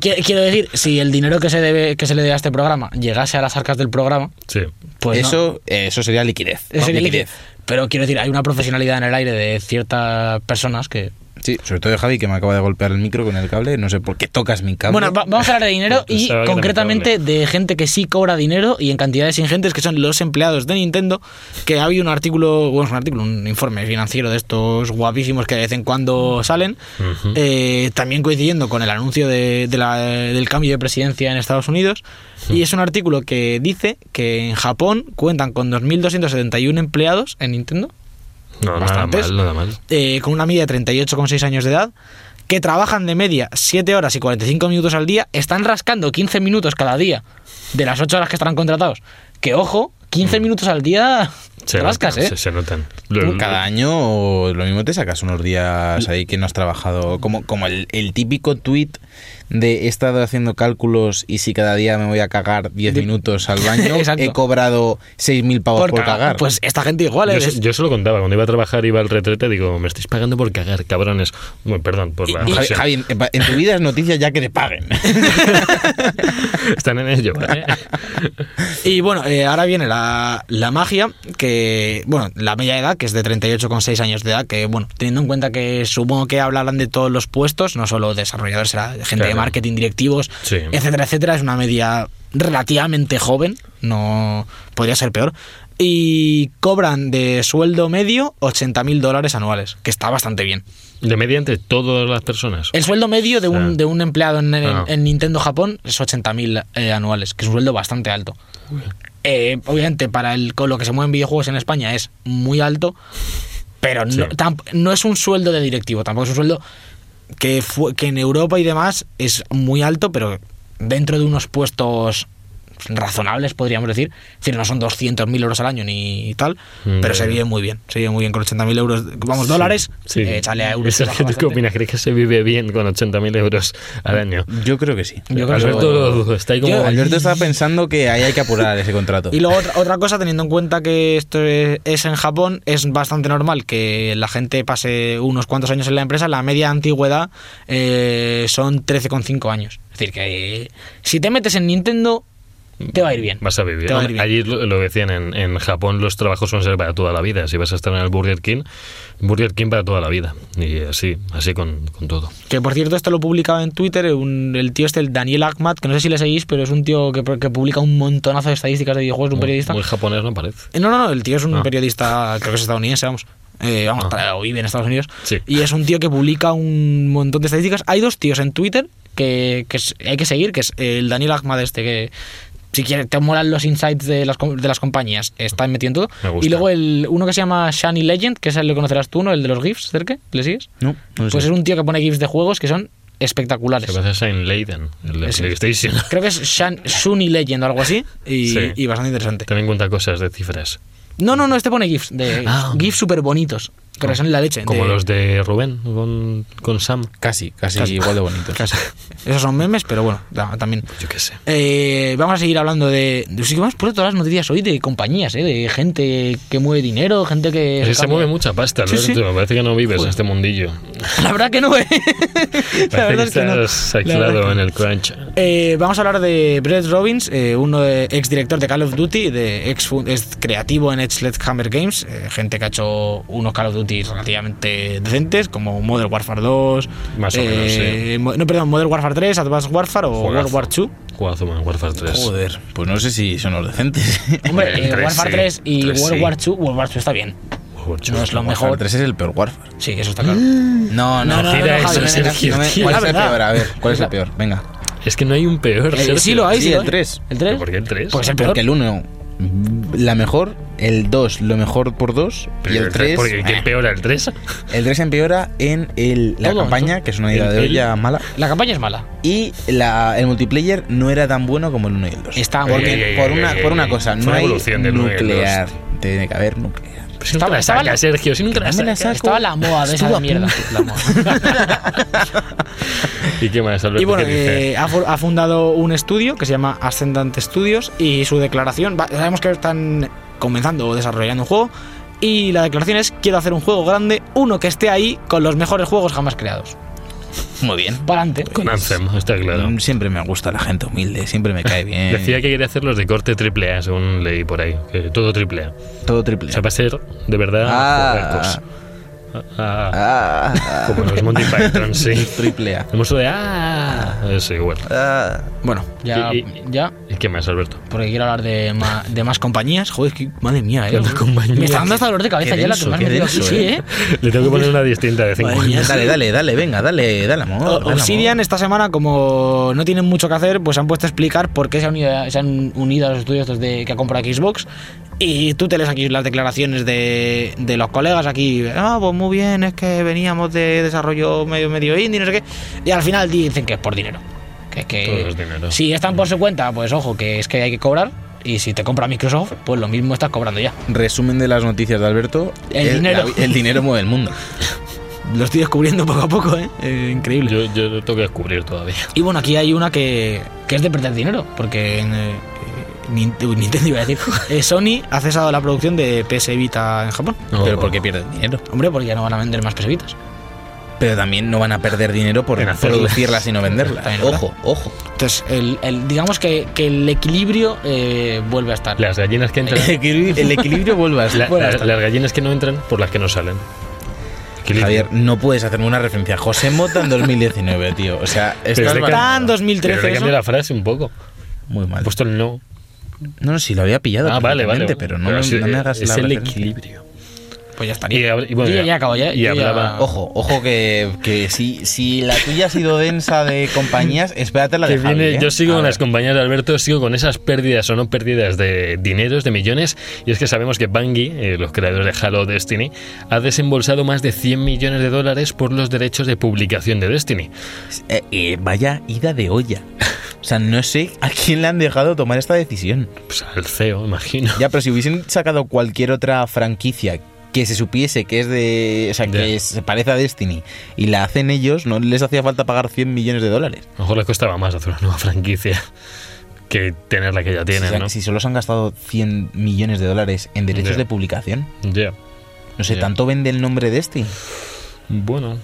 C: Qui- Quiero decir, si el dinero que se, debe, que se le dé a este programa llegase a las arcas del programa,
A: Sí.
C: *laughs* pues no.
B: eso, eh, eso sería liquidez.
C: Eso sería
B: Liquidez.
C: liquidez. Pero quiero decir, hay una profesionalidad en el aire de ciertas personas que...
B: Sí, sobre todo de Javi, que me acaba de golpear el micro con el cable. No sé por qué tocas mi cable.
C: Bueno, va- vamos a hablar de dinero y
A: Pensaba que era
C: concretamente de gente que sí cobra dinero y en cantidades ingentes que son los empleados de Nintendo, que ha habido un artículo, bueno, es un artículo, un informe financiero de estos guapísimos que de vez en cuando salen,
A: Ujú.
C: eh, también coincidiendo con el anuncio de- de la- del cambio de presidencia en Estados Unidos, y es un artículo que dice que en Japón cuentan con 2.271 empleados en Nintendo,
A: No,
C: Bastantes.
A: nada mal, nada mal.
C: eh, con una media de 38,6 años de edad, que trabajan de media 7 horas y 45 minutos al día, están rascando 15 minutos cada día de las 8 horas que estarán contratados. Que ojo, 15 minutos al día
A: Se
C: te rascas,
A: notan,
C: ¿eh?
A: Se, se notan.
C: Mm.
B: Cada año lo mismo te sacas unos días ahí que no has trabajado. Como, como el, el típico tuit de he estado haciendo cálculos y si cada día me voy a cagar 10
C: De-
B: minutos al baño,
C: *laughs* Exacto.
B: he cobrado 6.000 pavos por,
C: Por ca-
B: cagar.
C: Pues esta gente igual
A: Yo,
C: es.
A: se- yo se lo contaba, cuando iba a trabajar, iba al retrete, digo, me estáis pagando por cagar, cabrones. Bueno, perdón, por la
B: Javi,
A: expresión.
B: Javi, en, en tu vida es noticia ya que te
C: *laughs*
B: paguen.
A: *laughs* Están en ello, ¿eh?
C: Y bueno, eh, ahora viene la, la magia, que, bueno, la media edad, que es de 38,6 años de edad, que, bueno, teniendo en cuenta que supongo que hablarán de todos los puestos, no solo desarrolladores, será gente de
A: Claro.
C: marketing, directivos,
A: Sí.
C: etcétera, etcétera, es una media relativamente joven, no podría ser peor. Y cobran de sueldo medio 80.000 dólares anuales, que está bastante bien.
A: De mediante todas las personas.
C: El sueldo medio de un,
A: Sí.
C: de un empleado en, en-
A: Ah.
C: en Nintendo Japón es 80.000 eh, anuales, que es un sueldo bastante alto. Eh, obviamente, para el, con lo que se mueven videojuegos en España es muy alto, pero no,
A: Sí.
C: tam- no es un sueldo de directivo, tampoco es un sueldo que, fue, que en Europa y demás es muy alto, pero dentro de unos puestos razonables, podríamos decir. Es decir, no son 200.000 euros al año ni tal,
A: Mm,
C: pero se
A: ya.
C: vive muy bien. Se vive muy bien con 80.000 euros, vamos, dólares,
A: Sí.
C: eh, échale a euros.
A: Esa
C: baja
A: gente, ¿Qué
C: bastante.
A: opinas? ¿Crees que se vive bien con 80.000 euros al año?
B: Yo creo que sí.
C: Yo creo que-
A: Alberto lo dudo, está ahí como...
C: Yo-
B: Alberto estaba pensando que ahí hay que apurar ese contrato.
C: Y luego otra, otra cosa, teniendo en cuenta que esto es, es en Japón, es bastante normal que la gente pase unos cuantos años en la empresa. La media antigüedad eh, son 13,5 años. Es decir, que eh, si te metes en Nintendo, te va a ir bien.
A: Vas a vivir.
C: Te va a ir bien.
A: Allí lo, lo decían, en, en Japón los trabajos son ser para toda la vida. Si vas a estar en el Burger King, Burger King para toda la vida. Y así, así con, con todo.
C: Que por cierto, esto lo publicaba en Twitter un- el tío este, el Daniel Ahmad, que no sé si le seguís, pero es un tío que, que publica un montonazo de estadísticas de videojuegos, un
A: Muy-
C: periodista.
A: Muy japonés no parece.
C: Eh, No, no, no, el tío es un
A: Ah.
C: periodista, creo que es estadounidense, vamos. Eh, vamos,
A: Ah.
C: tra- o vive en Estados Unidos.
A: Sí.
C: Y es un tío que publica un montón de estadísticas. Hay dos tíos en Twitter que, que es- hay que seguir, que es el Daniel Ahmad este, que si quieres, te molan los insights de las, com- de las compañías, está metiendo
A: Me
C: todo.
A: gusta.
C: Y luego el uno que se llama Shani Legend, que ese lo conocerás tú, ¿no? El de los GIFs, ¿cerque? ¿Le sigues?
B: No, no lo
C: Pues
B: sé.
C: es un tío que pone GIFs de juegos que son espectaculares.
A: Se parece a Saint Leiden, el de
C: Ese.
A: PlayStation. *laughs*
C: Creo que es Shan, Shuni Legend o algo así. Y,
A: Sí.
C: y bastante interesante.
A: También cuenta cosas de cifras.
C: No, no, no, este pone GIFs. De,
A: Ah.
C: GIFs súper bonitos. Pero son la leche.
A: Como
C: de-
A: los de Rubén con, con Sam.
B: Casi, casi, igual de bonito.
C: Casi. Esos son memes, pero bueno, ta- también.
A: Yo qué sé.
C: Eh, vamos a seguir hablando de. de- sí que vamos por todas las noticias hoy de compañías, eh, de gente que mueve dinero, gente que.
A: Es que se
C: cambia.
A: mueve mucha pasta,
C: Sí,
A: Alberto.
C: sí.
A: Me parece que no vives en este mundillo.
C: *laughs* La verdad que no, ¿eh? *laughs* La verdad es que no.
A: Estás
C: La verdad
A: aislado
C: que
A: en
C: no.
A: el crunch.
C: Eh, vamos a hablar de Brett Robbins, eh, uno de- ex director de Call of Duty, de ex, fu- ex creativo en ex Sledgehammer Games, eh, gente que ha hecho unos Call of Duty relativamente decentes, como Modern Warfare 2,
A: Más o menos,
C: eh, mo- no, perdón, Modern Warfare 3, Advanced Warfare o
A: Juegazo.
C: World War 2.
A: Juegazo Modern Warfare 3.
B: Joder, pues no sé si son los decentes. *laughs*
C: Hombre,
A: El
C: eh,
A: tres
C: Warfare
A: sí,
C: 3 y
A: tres
C: World
A: sí.
C: War 2, World War 2 está bien,
A: Joder,
C: no es lo
B: Warfare
C: mejor.
B: 3 es el peor Warfare.
C: Sí, eso está claro.
B: No, no,
C: No, no,
A: Tira eso,
C: no, Javi, venga,
A: Sergio,
B: ¿Cuál es
A: tío.
C: la
B: el
C: verdad.
B: peor? A ver, ¿cuál es el peor? Venga.
A: Es que no hay un peor.
C: Eh, sí
A: Sergio.
C: lo hay,
B: Sí,
C: sí, lo
B: el
C: hay.
B: 3.
C: ¿El 3?
A: ¿Por qué el 3?
C: Pues el peor.
B: Porque el 1, la mejor. El 2, lo mejor por 2. Y el 3.
A: Porque
C: Eh.
A: ¿qué empeora el 3?
C: Pues
B: El 3 empeora en el- la
C: Todo,
B: campaña,
C: todo.
B: que es una idea
A: El-
B: de
A: el-
B: olla mala.
C: La campaña es mala.
B: Y la- el multiplayer no era tan bueno como el 1 y el 2.
C: Está
B: Porque-
C: mal.
A: Ey, ey,
B: por,
A: ey,
B: una,
A: ey, ey.
B: por una cosa,
A: Fue
B: no
A: una
B: hay
A: evolución del uno y el dos.
B: nuclear. Tiene que haber nuclear.
A: Pero si nunca
C: Estaba-
A: la
C: estaba
A: saca,
C: la-
A: Sergio. Si nunca la
B: No me la
A: saca.
B: saco.
C: Estaba la moda de esa
B: Estuvo a
C: mierda. La moda.
B: *laughs*
A: ¿Y qué más? Alberto,
C: Y bueno,
A: ¿qué dice?
C: eh, ha, fu- ha fundado un estudio que se llama Ascendant Studios y su declaración, va- sabemos que están comenzando o desarrollando un juego y la declaración es quiero hacer un juego grande, uno que esté ahí con los mejores juegos jamás creados.
B: Muy bien.
C: Para adelante.
A: Con Anthem, está claro.
B: Mm, Siempre me gusta la gente humilde, siempre me cae bien.
A: Decía que quería hacer los de corte triple A, según leí por ahí. Que todo triple A.
B: Todo
A: O
B: triple.
A: sea, va a ser de verdad
B: Ah.
A: juegacos. Ah, ah,
B: Ah, ah,
A: como los Monty Python,
B: *laughs*
A: sí.
B: triple A.
A: El monstruo de ah, es igual.
B: Ah.
C: Bueno, ya,
A: Y- y-
C: ya,
A: ¿Y qué más, Alberto?
C: porque quiero hablar de, ma- de más compañías. Joder, que- madre mía, eh.
A: Tanta compañía.
C: Me está dando hasta dolor de cabeza
B: Qué
C: ya la
B: denso,
C: que me has
B: qué
C: metido
B: denso,
C: aquí, sí,
B: eh.
C: eh.
A: Le tengo que poner una distinta de vez en
C: Madre
A: cuando.
C: mía.
B: Dale, dale, dale, venga, dale, dale amor.
C: O-
B: dale amor.
C: Obsidian esta semana, como no tienen mucho que hacer, pues han puesto a explicar por qué se han unido, se han unido a los estudios estos de- que ha comprado Xbox. Y tú te lees aquí las declaraciones de, de los colegas aquí. Ah, pues muy bien, es que veníamos de desarrollo medio, medio indie, no sé qué. Y al final dicen que es por dinero. Que, que-
A: Todo es dinero.
C: Si están por su cuenta, pues ojo, que es que hay que cobrar. Y si te compra Microsoft, pues lo mismo estás cobrando ya.
B: Resumen de las noticias de Alberto.
C: El dinero.
B: la- el dinero mueve el mundo.
C: Lo estoy descubriendo poco a poco, ¿eh? Eh, increíble.
A: Yo, yo lo tengo que descubrir todavía.
C: Y bueno, aquí hay una que, que es de perder dinero, porque en, eh, Nin- uy, Nintendo iba a
A: *laughs*
C: decir, eh, Sony ha cesado la producción de PS Vita en Japón.
B: Pero
A: Oh.
B: ¿por qué pierden dinero?
C: Hombre, porque ya no van a vender más PS Vitas.
B: Pero también no van a perder dinero por
A: En hacerlas.
B: producirlas y no venderlas.
C: También es
B: Ojo, ojo.
C: Entonces, el, el- digamos que, que el equilibrio eh, vuelve a estar.
A: Las gallinas
B: *laughs*
A: que entran.
B: El equilibrio, el equilibrio vuelve a
A: la-
B: estar.
A: la- las gallinas que no entran por las que no salen. Equilibrio.
B: Javier, no puedes hacerme una referencia. José Mota en 2019, tío. O sea, estás
A: le
B: mal-
C: Tan
A: Pero le
C: 2013
A: he
C: eso.
A: cambiado la frase un poco.
B: muy
A: He
B: mal.
A: puesto el no.
B: No, no, sí, lo había pillado.
A: Pues Ah, vale, vale.
B: perfectamente, Pero no, me-
A: sí,
B: no me hagas
A: es
B: la
A: el
B: referencia.
A: equilibrio.
C: Pues ya estaría.
A: Y, hab- y bueno,
C: Yo ya- ya acabo, ya-
A: y
C: yo ya-
A: hablaba.
B: Ojo, ojo que, que si, si la tuya ha sido densa de compañías, espérate la
A: Que
B: de Javi,
A: viene-
B: ¿eh?
A: Yo sigo
B: A
A: con
B: ver.
A: las compañías de Alberto, sigo con esas pérdidas o no pérdidas de dineros, de millones, y es que sabemos que Bungie, eh, los creadores de Halo Destiny, ha desembolsado más de 100 millones de dólares por los derechos de publicación de Destiny.
B: Eh, eh, vaya ida de olla. O sea, no sé a quién le han dejado tomar esta decisión.
A: Pues al CEO, imagino.
B: Ya, pero si hubiesen sacado cualquier otra franquicia que se supiese que es de. O sea, que
A: Ya.
B: se parece a Destiny y la hacen ellos, no les hacía falta pagar 100 millones de dólares.
A: A lo mejor les costaba más hacer una nueva franquicia que tener la que ya
B: si,
A: tienen, ¿no?
B: si solo se han gastado 100 millones de dólares en derechos
A: Ya.
B: de publicación,
A: Ya.
B: no sé,
A: Ya.
B: tanto vende el nombre Destiny.
A: Bueno,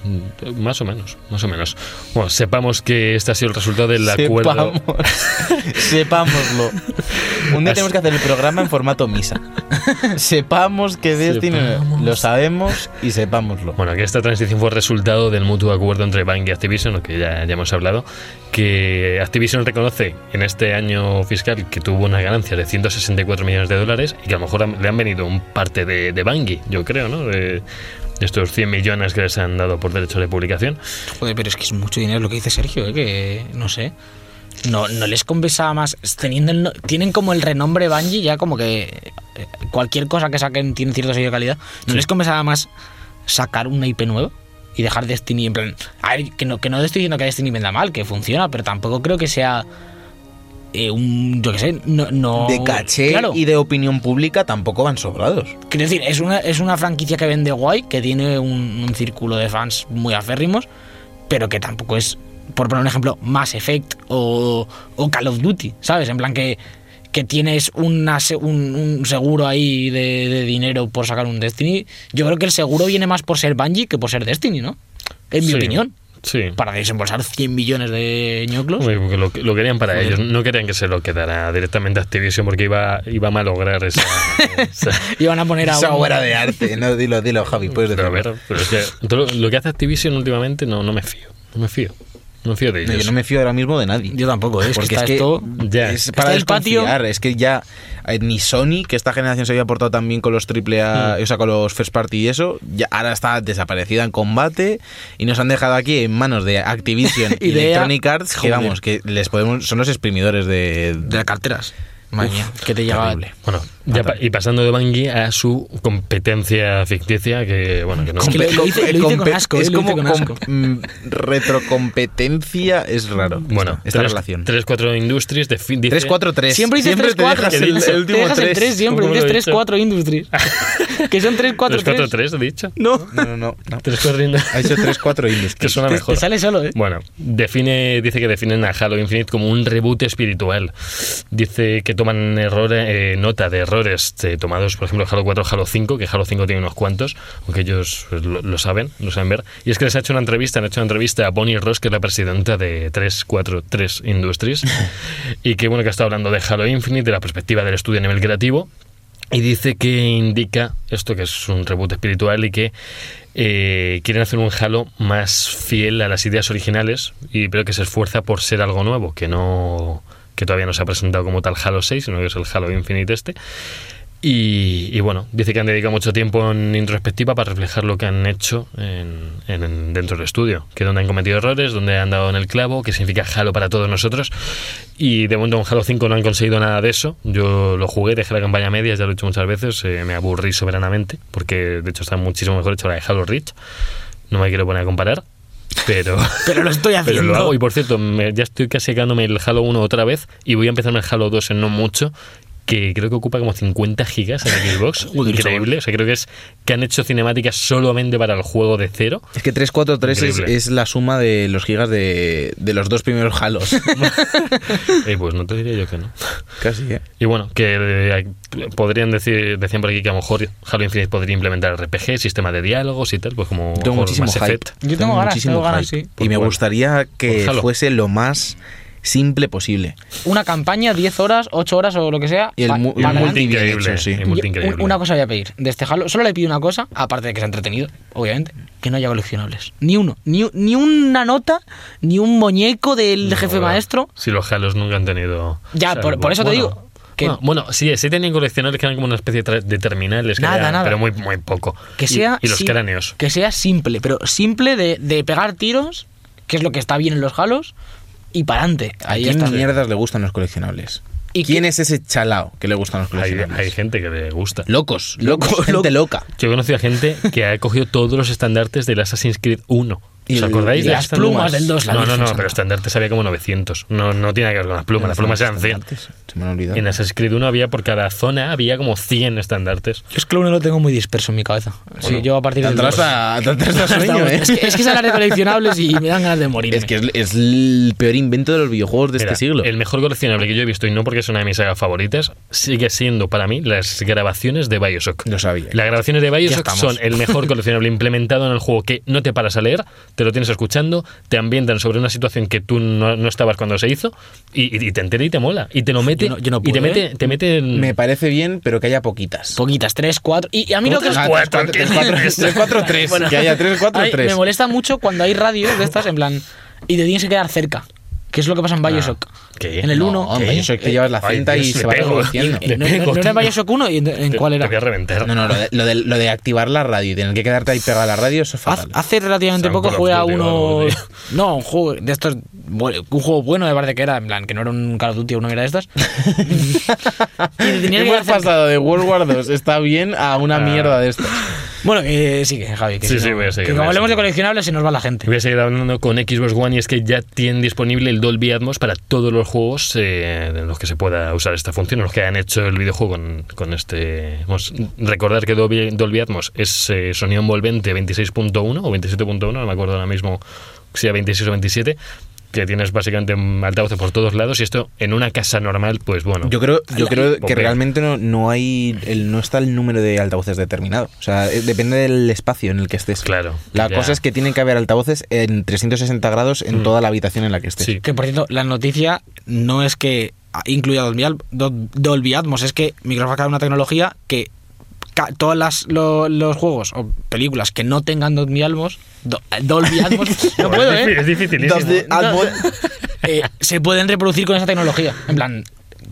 A: más o menos, más o menos. Bueno, sepamos que este ha sido el resultado del acuerdo.
B: Sepamos. *laughs* Sepámoslo. Un día
A: Así-
B: tenemos que hacer el programa en formato misa. Sepamos que Destiny
A: Sepamos.
B: lo sabemos y sepámoslo.
A: Bueno, que esta transición fue resultado del mutuo acuerdo entre Bank y Activision, lo que ya, ya hemos hablado, que Activision reconoce en este año fiscal que tuvo una ganancia de 164 millones de dólares y que a lo mejor han- le han venido un parte de, de Bungie, yo creo, ¿no? De, de estos 100 millones que les han dado por derecho de publicación.
C: Joder, pero es que es mucho dinero lo que dice Sergio, eh, que no sé. No, no les compensaba más. Teniendo el no- tienen como el renombre Bungie, ya como que eh, cualquier cosa que saquen tiene cierto sello de calidad. ¿No les compensaba más sacar una IP nueva? Y dejar Destiny en plan. A ver, que no, que no estoy diciendo que Destiny venda mal, que funciona, pero tampoco creo que sea. eh, un. Yo qué sé, no. no-
B: de caché
C: Claro.
B: y de opinión pública tampoco van sobrados.
C: Quiero decir, es una, es una franquicia que vende guay, que tiene un, un círculo de fans muy aférrimos, pero que tampoco es, por poner un ejemplo, Mass Effect o, o Call of Duty, ¿sabes? En plan que, que tienes una, se- un, un seguro ahí de, de dinero por sacar un Destiny. Yo creo que el seguro viene más por ser Bungie que por ser Destiny, ¿no? en mi
A: Sí.
C: opinión.
A: Sí.
C: Para desembolsar 100 millones de ñoclos.
A: Hombre, porque lo, lo querían para ellos, no querían que se lo quedara directamente a Activision porque iba, iba a malograr
C: *laughs*
A: esa. esa-
C: Y van a poner a
B: Esa
C: un-
B: obra de arte. No, dilo, dilo, Javi, puedes
A: pero a
B: decirlo.
A: ver, pero es que todo lo que hace Activision últimamente no, no me fío. No me fío. No me fío de
B: No,
A: ellos.
B: yo no me fío ahora mismo de nadie.
C: Yo tampoco, ¿eh? es
B: Porque
C: que está
B: es que
C: esto-
A: Ya.
B: es para
C: Está el patio.
B: desconfiar. Es que ya eh, ni Sony, que esta generación se había portado tan bien con los triple
C: Mm.
B: A, o sea, con los first party y eso, ya ahora está desaparecida en combate y nos han dejado aquí en manos de
C: *laughs*
B: Activision y
C: Idea.
B: Electronic Arts, que
C: Joder.
B: vamos, que les podemos, son los exprimidores de,
C: De las carteras. Madre mía, que te lleva.
B: terrible.
A: Bueno, ya pa- y pasando de Bungie a su competencia ficticia, que bueno, que no.
C: Es que lo- lo
B: Com-
C: hice- lo hice con
B: compe-
C: asco,
B: es
C: eh, lo hice
B: como
C: con asco.
B: com- mm, retrocompetencia es raro.
A: Bueno,
B: esta relación.
A: 3-4 Industries de fin- dice- *laughs*
B: 3-4-3.
C: Siempre dices 3,
B: te
C: 4.
B: dejas
C: Te
B: el,
C: dejas
B: el
C: el
B: último
C: 3,
B: 3.
C: siempre.
A: ¿Cómo lo
C: Es
A: he
C: 3,
A: dicho?
C: 4 Industries. *laughs* que son 3, 4, 3.
A: 3-4-3, he dicho.
C: No,
B: No, no, no. no.
A: 3-4
B: Ha
A: Industries.
B: hecho 3-4
A: que
B: Industries.
A: suena
C: te,
A: mejor.
C: te sale solo, ¿eh?
A: Bueno, define, dice que definen a Halo Infinite como un reboot espiritual. Dice que toman errores, eh, nota de errores eh, tomados, por ejemplo, Halo 4, Halo 5, que Halo 5 tiene unos cuantos, aunque ellos pues, lo, lo saben, lo saben ver. Y es que les ha hecho una entrevista, han hecho una entrevista a Bonnie Ross, que es la presidenta de 343 Industries, y que bueno, que ha estado hablando de Halo Infinite, de la perspectiva del estudio a nivel creativo, y dice que indica esto que es un reboot espiritual y que eh, quieren hacer un Halo más fiel a las ideas originales, y, pero que se esfuerza por ser algo nuevo, que no que todavía no se ha presentado como tal Halo 6, sino que es el Halo Infinite este. Y, y bueno, dice que han dedicado mucho tiempo en introspectiva para reflejar lo que han hecho en, en- dentro del estudio, que donde han cometido errores, donde han dado en el clavo, que significa Halo para todos nosotros. Y de momento en Halo 5 no han conseguido nada de eso. Yo lo jugué, dejé la campaña media, ya lo he hecho muchas veces, eh, me aburrí soberanamente, porque de hecho está muchísimo mejor hecho la de Halo Reach. No me quiero poner a comparar, pero...
C: Pero lo estoy haciendo.
A: Pero lo hago. Y por cierto, me- ya estoy casi acabándome el Halo 1 otra vez y voy a empezarme el Halo 2 en no mucho, que creo que ocupa como 50 gigas en Xbox.
C: *laughs* Joder,
A: Increíble. O sea, creo que es que han hecho cinemáticas solamente para el juego de
C: *laughs*
A: cero.
B: Es que 343 es,
A: Increíble.
B: es la suma de los gigas de, de los dos primeros
C: *laughs*
B: halos.
A: Eh, pues no te diría yo que no.
B: Casi, ¿eh?
A: Y bueno, que eh, podrían decir, decían por aquí que a lo mejor Halo Infinite podría implementar RPG, sistema de diálogos y tal, pues como
B: Tengo
A: como
B: muchísimo
A: Mass
B: hype.
A: Effect.
C: Yo tengo ganas, tengo ganas, sí.
B: Y me
A: Por-
B: gustaría que
A: por Halo.
B: fuese lo más simple posible.
C: Una campaña, 10 horas, 8 horas o lo que sea.
B: Y el,
C: pa-
B: mu-
A: y
B: el multi
C: para adelante.
B: bien
A: increíble,
B: hecho, sí.
A: y multi
C: Yo- un-
A: increíble.
C: Una cosa voy a pedir de este Halo. Solo le pido una cosa, aparte de que sea entretenido, obviamente, que no haya coleccionables. Ni uno, ni, u- ni una nota, ni un muñeco del
A: No,
C: jefe
A: ¿verdad?
C: maestro.
A: Si los Halos nunca han tenido.
C: Ya,
A: salvo-
C: por- por eso te
A: bueno,
C: digo que-
A: Bueno, bueno, sí, sí tenían coleccionables que eran como una especie de tra- de terminales, que
C: Nada,
A: eran-
C: nada.
A: pero muy, muy poco.
C: Que
A: Y-
C: sea.
A: Y, los
C: sim-
A: cráneos.
C: Que sea simple, pero simple de, de pegar tiros, que es lo que está bien en los Halos, y para adelante.
B: ¿A
C: Ahí
B: quién
C: está.
B: mierdas le gustan los coleccionables?
C: ¿Y
B: ¿Quién
C: qué-
B: es ese chalao que le gustan los
A: Hay,
B: coleccionables?
A: hay gente que le gusta. *laughs*
B: Locos, locos, gente loca.
A: Yo he conocido a gente que ha cogido todos los estandartes del Assassin's Creed 1.
B: Y
A: ¿Os
B: el-
A: acordáis?
B: y
A: de
C: las
A: estas
C: plumas del 2, la
A: No, no,
C: Virgen
A: no,
C: Santa.
A: pero estandartes había como 900. No, no tiene que ver con las plumas. Las plumas eran 100.
B: Se me han olvidado.
A: En Assassin's Creed 1 había por cada zona había como 100 estandartes.
C: Yo es que lo uno lo tengo muy disperso en mi cabeza. sí, yo a partir
B: Te
C: del
B: atrás
C: dos-
B: a- te
C: *laughs*
B: atrás a sueño, ¿eh?
C: Es que, es que es hablar de coleccionables y me dan ganas de morir.
B: *laughs* Es que es, es el peor invento de los videojuegos de
A: Mira,
B: este siglo.
A: El mejor coleccionable que yo he visto, y no porque es una de mis sagas favoritas, sigue siendo para mí las grabaciones de Bioshock.
B: Lo sabía.
A: Las grabaciones de Bioshock
C: estamos.
A: son el
B: *laughs*
A: mejor coleccionable implementado en el juego que no te paras a leer, te lo tienes escuchando, te ambientan sobre una situación que tú no, no estabas cuando se hizo y, y- y te entera y te mola. Y te lo mete.
C: Yo no- yo no
A: y te
C: puedo,
A: mete. Te mete en-
B: Me parece bien, pero que haya poquitas. Ah,
C: Poquitas, tres, cuatro. Y, y a mí lo que
A: Otras
C: es-
A: cuatro, ¿qué dices?
B: 3-4-3. que haya *laughs* 3-4-3.
C: Ay, me molesta mucho cuando hay radios de estas, en plan, y te tienes que quedar cerca. Que es lo que pasa en Bioshock.
A: ¿qué?
C: En el
A: No,
C: 1.
B: Ah, No, hombre, eso es que llevas la
A: Ay,
B: cinta
A: Dios,
B: y
A: *laughs* me
B: se va
A: pego.
B: reduciendo.
A: Le
C: ¿Eh? no,
A: pego,
C: no- no era
A: tío.
C: Bioshock 1? ¿Y en, en
A: Te-
C: cuál era?
A: Te voy a reventar.
B: No, no, lo de, lo de- lo de activar la radio y tener que quedarte ahí pegada a la radio, eso es
C: Haz-
B: fatal.
C: Hace relativamente
A: Son
C: poco
A: Call of
C: jugué a
A: Duty o algo,
C: uno.
A: tío.
C: *laughs* No, un juego de estos. bueno, un juego bueno, me parece que era. En plan, que no era un Call of Duty o una mierda
B: *laughs*
C: de estas. *laughs* y te tenías que
B: Hemos
C: quedar cerca.
B: pasado de World War 2 está bien a una mierda de estas.
C: Bueno, que sigue, Javi. Que
A: Sí,
C: si
A: sí,
C: no-
A: voy a seguir,
C: Que
A: voy
C: como
A: a
C: hablemos de
A: seguir.
C: coleccionables, se nos va la gente.
A: Voy a seguir hablando con Xbox One y es que ya tienen disponible el Dolby Atmos para todos los juegos eh, en los que se pueda usar esta función, en los que han hecho el videojuego con, con este... Vamos, recordar que Dolby, Dolby Atmos es eh, sonido envolvente 26.1 o 27.1, no me acuerdo ahora mismo si era 26 o 27 que tienes básicamente altavoces por todos lados y esto en una casa normal, pues bueno.
B: Yo creo, yo creo que realmente no, no hay el, no está el número de altavoces determinado. O sea, eh, depende del espacio en el que estés.
A: Claro.
B: La
A: ya.
B: cosa es que tienen que haber altavoces en 360 grados
C: Mm.
B: en toda la habitación en la que estés.
A: Sí.
C: Que por cierto, la noticia no es que incluya Dolby, Al- Do- Dolby Atmos, es que Microsoft acaba una tecnología que ca- todas las lo- los juegos o películas que no tengan Dolby Atmos, Do-
A: *laughs*
C: Dolby Atmos, no puedo,
A: es,
C: ¿eh?
A: difícil, es dificilísimo.
B: Entonces,
C: No.
B: Atmos-
C: Eh, se pueden reproducir con esa tecnología, en plan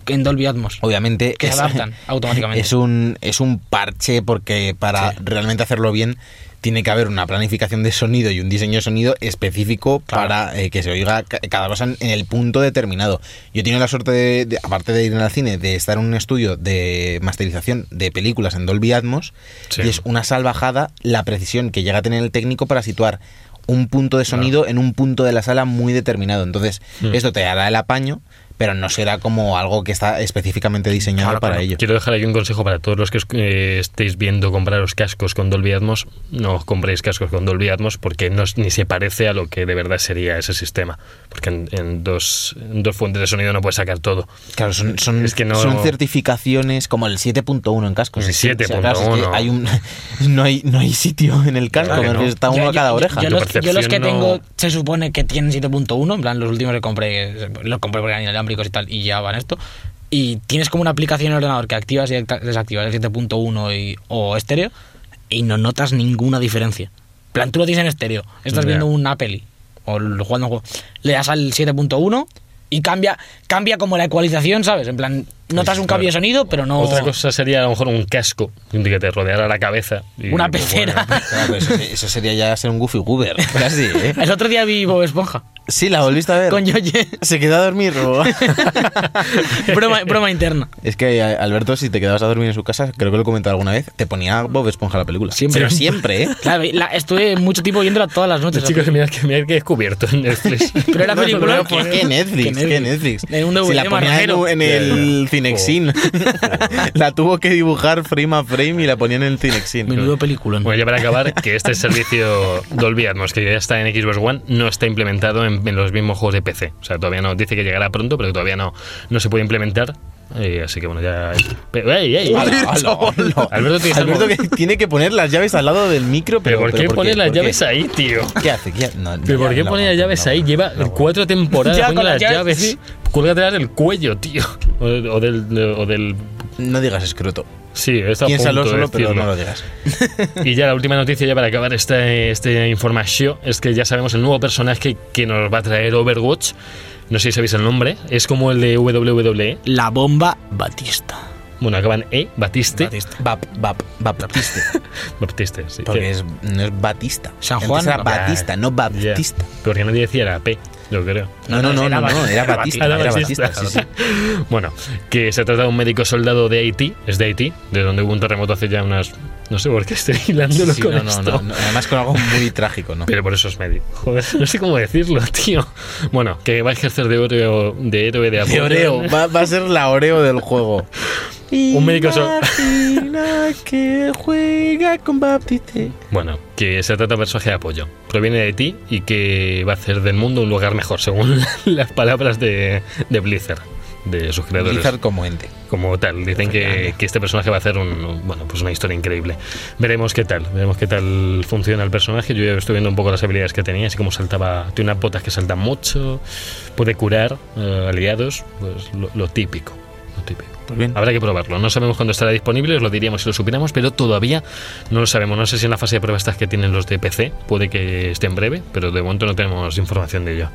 C: en Dolby Atmos,
B: Obviamente
C: que se
B: es- *laughs*
C: adaptan automáticamente.
B: Es un, es un parche porque para realmente hacerlo bien tiene que haber una planificación de sonido y un diseño de sonido específico para eh, que se oiga ca- cada cosa en en el punto determinado. Yo he tenido la suerte, de, de- aparte de ir al cine, de estar en un estudio de masterización de películas en Dolby Atmos
A: Sí.
B: y es una salvajada la precisión que llega a tener el técnico para situar un punto de sonido en un punto de la sala muy determinado. Entonces,
A: Mm.
B: esto te hará el apaño, pero no será como algo que está específicamente diseñado
C: Claro,
B: para
C: claro.
B: ello.
A: Quiero dejar aquí un consejo para todos los que escu- eh, estéis viendo compraros cascos con Dolby Atmos. No os compréis cascos con Dolby Atmos porque no, es- ni se parece a lo que de verdad sería ese sistema. Porque en, en dos, en dos fuentes de sonido no puedes sacar todo.
B: Claro, son, son,
A: Es que no-
B: son certificaciones como el 7.1 en cascos.
A: El
B: Es decir,
A: 7.1.
B: o sea, claro, es que hay un, *laughs* no, hay, no hay sitio en el casco,
A: Claro que
B: me refiero,
A: no.
B: está
C: Yo-
B: uno a
C: yo-
B: cada
C: yo-
B: oreja.
C: Yo,
A: Tu
C: los, yo los que
A: percepción no-
C: tengo, se supone que tienen 7.1, en plan, los últimos que compré, los compré porque eran inalámbricos y tal, y ya van esto. Y tienes como una aplicación en el ordenador que activas y acta- desactivas el 7.1 y- o estéreo, y no notas ninguna diferencia. En plan, tú lo tienes en estéreo, estás
A: Ya.
C: viendo una peli, o l- jugando un juego, le das al 7.1 y cambia, cambia como la ecualización, ¿sabes? En plan, notas un cambio de sonido, pero no...
A: Otra cosa sería a lo mejor un casco que te rodeara la cabeza. y,
C: Una
A: pues,
C: pecera. *laughs*
A: bueno,
B: Claro, eso, eso sería ya ser un Goofy Goober. Casi, ¿eh?
A: *laughs*
C: El otro día vi Bob Esponja,
B: Sí, la volviste a ver.
C: con Yoye.
B: Se quedó a
A: *laughs*
B: dormir, Robo.
C: *laughs* broma, broma interna.
B: Es que a- Alberto, si te quedabas a dormir en su casa, creo que lo he comentado alguna vez, te ponía Bob Esponja la película.
C: Siempre.
B: Pero
A: *laughs*
B: siempre, ¿eh?
C: Claro, y la- estuve mucho tiempo viéndola todas las noches.
A: Chicos, mirad Este que, mirad que he descubierto en Netflix.
C: *laughs* pero era película.
B: ¿Qué, qué Netflix? ¿Qué Netflix?
C: En un DVD
B: si la ponía en,
C: marrajero.
B: en
A: Ya, Oh.
B: el
A: ya.
B: Cinexin. *laughs* la tuvo que dibujar frame a frame y la ponía en el Cinexin.
C: Menudo película.
A: Bueno, ya para acabar, que este servicio Dolby Atmos, que ya está en Xbox One, no está implementado en, en los mismos juegos de PC. O sea, todavía no. Dice que llegará pronto, pero que todavía no, no se puede implementar. Eh, así que bueno, ya. Pero, ¡ey, ey!
B: Ala, ala, ala.
A: Alberto, tiene que estar
B: Alberto
A: con-
B: que tiene que poner las llaves al lado del micro,
A: ¿Pero
B: pero,
A: por qué
B: pero
A: pone las
B: ¿Por qué?
A: llaves ahí, tío?
B: ¿Qué hace? ¿Qué hace? No,
A: ¿Pero
B: no,
A: por qué
B: no
A: pone las
B: aguanto,
A: llaves
B: no
A: ahí?
B: aguanto.
A: Lleva cuatro temporadas
C: Ya,
A: poniendo
C: con
A: las
C: las
A: llaves.
C: llaves,
A: Sí. Cuélgatelas del cuello, tío. O, o del, o del.
B: No digas escroto.
A: Sí, está a punto
B: Piénsalo
A: de
B: solo, pero
A: decirlo.
B: no lo digas.
A: Y ya la última noticia, ya para acabar esta, este información, es que ya sabemos el nuevo personaje que nos va a traer Overwatch. No sé si sabéis el nombre. Es como el de WWE.
C: La bomba Batista.
A: Bueno, acaban E, Batiste.
C: Batista.
B: Bap, bap, bap, baptiste.
A: Baptiste, sí.
B: Porque
A: Que-
B: es, no es Batista.
C: San
B: Antes
C: Juan,
B: era
C: no.
B: Batista, no
A: ya.
B: Baptista.
A: Porque nadie decía era P, yo creo.
B: No, no, no, no, no, era Batista.
A: Ah,
B: Era
A: Batista.
B: Batista, sí, sí.
A: Bueno, que se trata de un médico soldado de Haití, es de Haití, de donde hubo un terremoto hace ya unas. No sé por qué estoy hilándolo
B: Sí,
A: con
B: no, no,
A: esto.
B: no, no, Además con algo muy trágico, ¿no?
A: Pero por eso es médico. *laughs* Joder, no sé cómo decirlo, tío. Bueno, que va a ejercer de, oreo, de héroe de apoyo.
B: *laughs* De Oreo. Va, va a ser la Oreo del *laughs* juego.
A: Un médico sol-
B: Imagina que juega con Baptiste.
A: Bueno, que se trata de un personaje de apoyo. Proviene de ti y que va a hacer del mundo un lugar mejor, según *laughs* las palabras de, de Blizzard, de sus creadores.
B: Blizzard como ente.
A: como tal. Dicen que, que este personaje va a hacer un, bueno, pues una historia increíble. Veremos qué tal, veremos qué tal funciona el personaje. Yo ya estoy viendo un poco las habilidades que tenía, así como saltaba, tiene unas botas que saltan mucho, puede curar eh, aliados, pues lo, lo típico. lo típico.
B: Pues bien.
A: Habrá que probarlo. No sabemos cuándo estará disponible, os lo diríamos si lo supiéramos, pero todavía no lo sabemos. No sé si en la fase de prueba estas que tienen los de PC, puede que esté en breve, pero de momento no tenemos información de ello.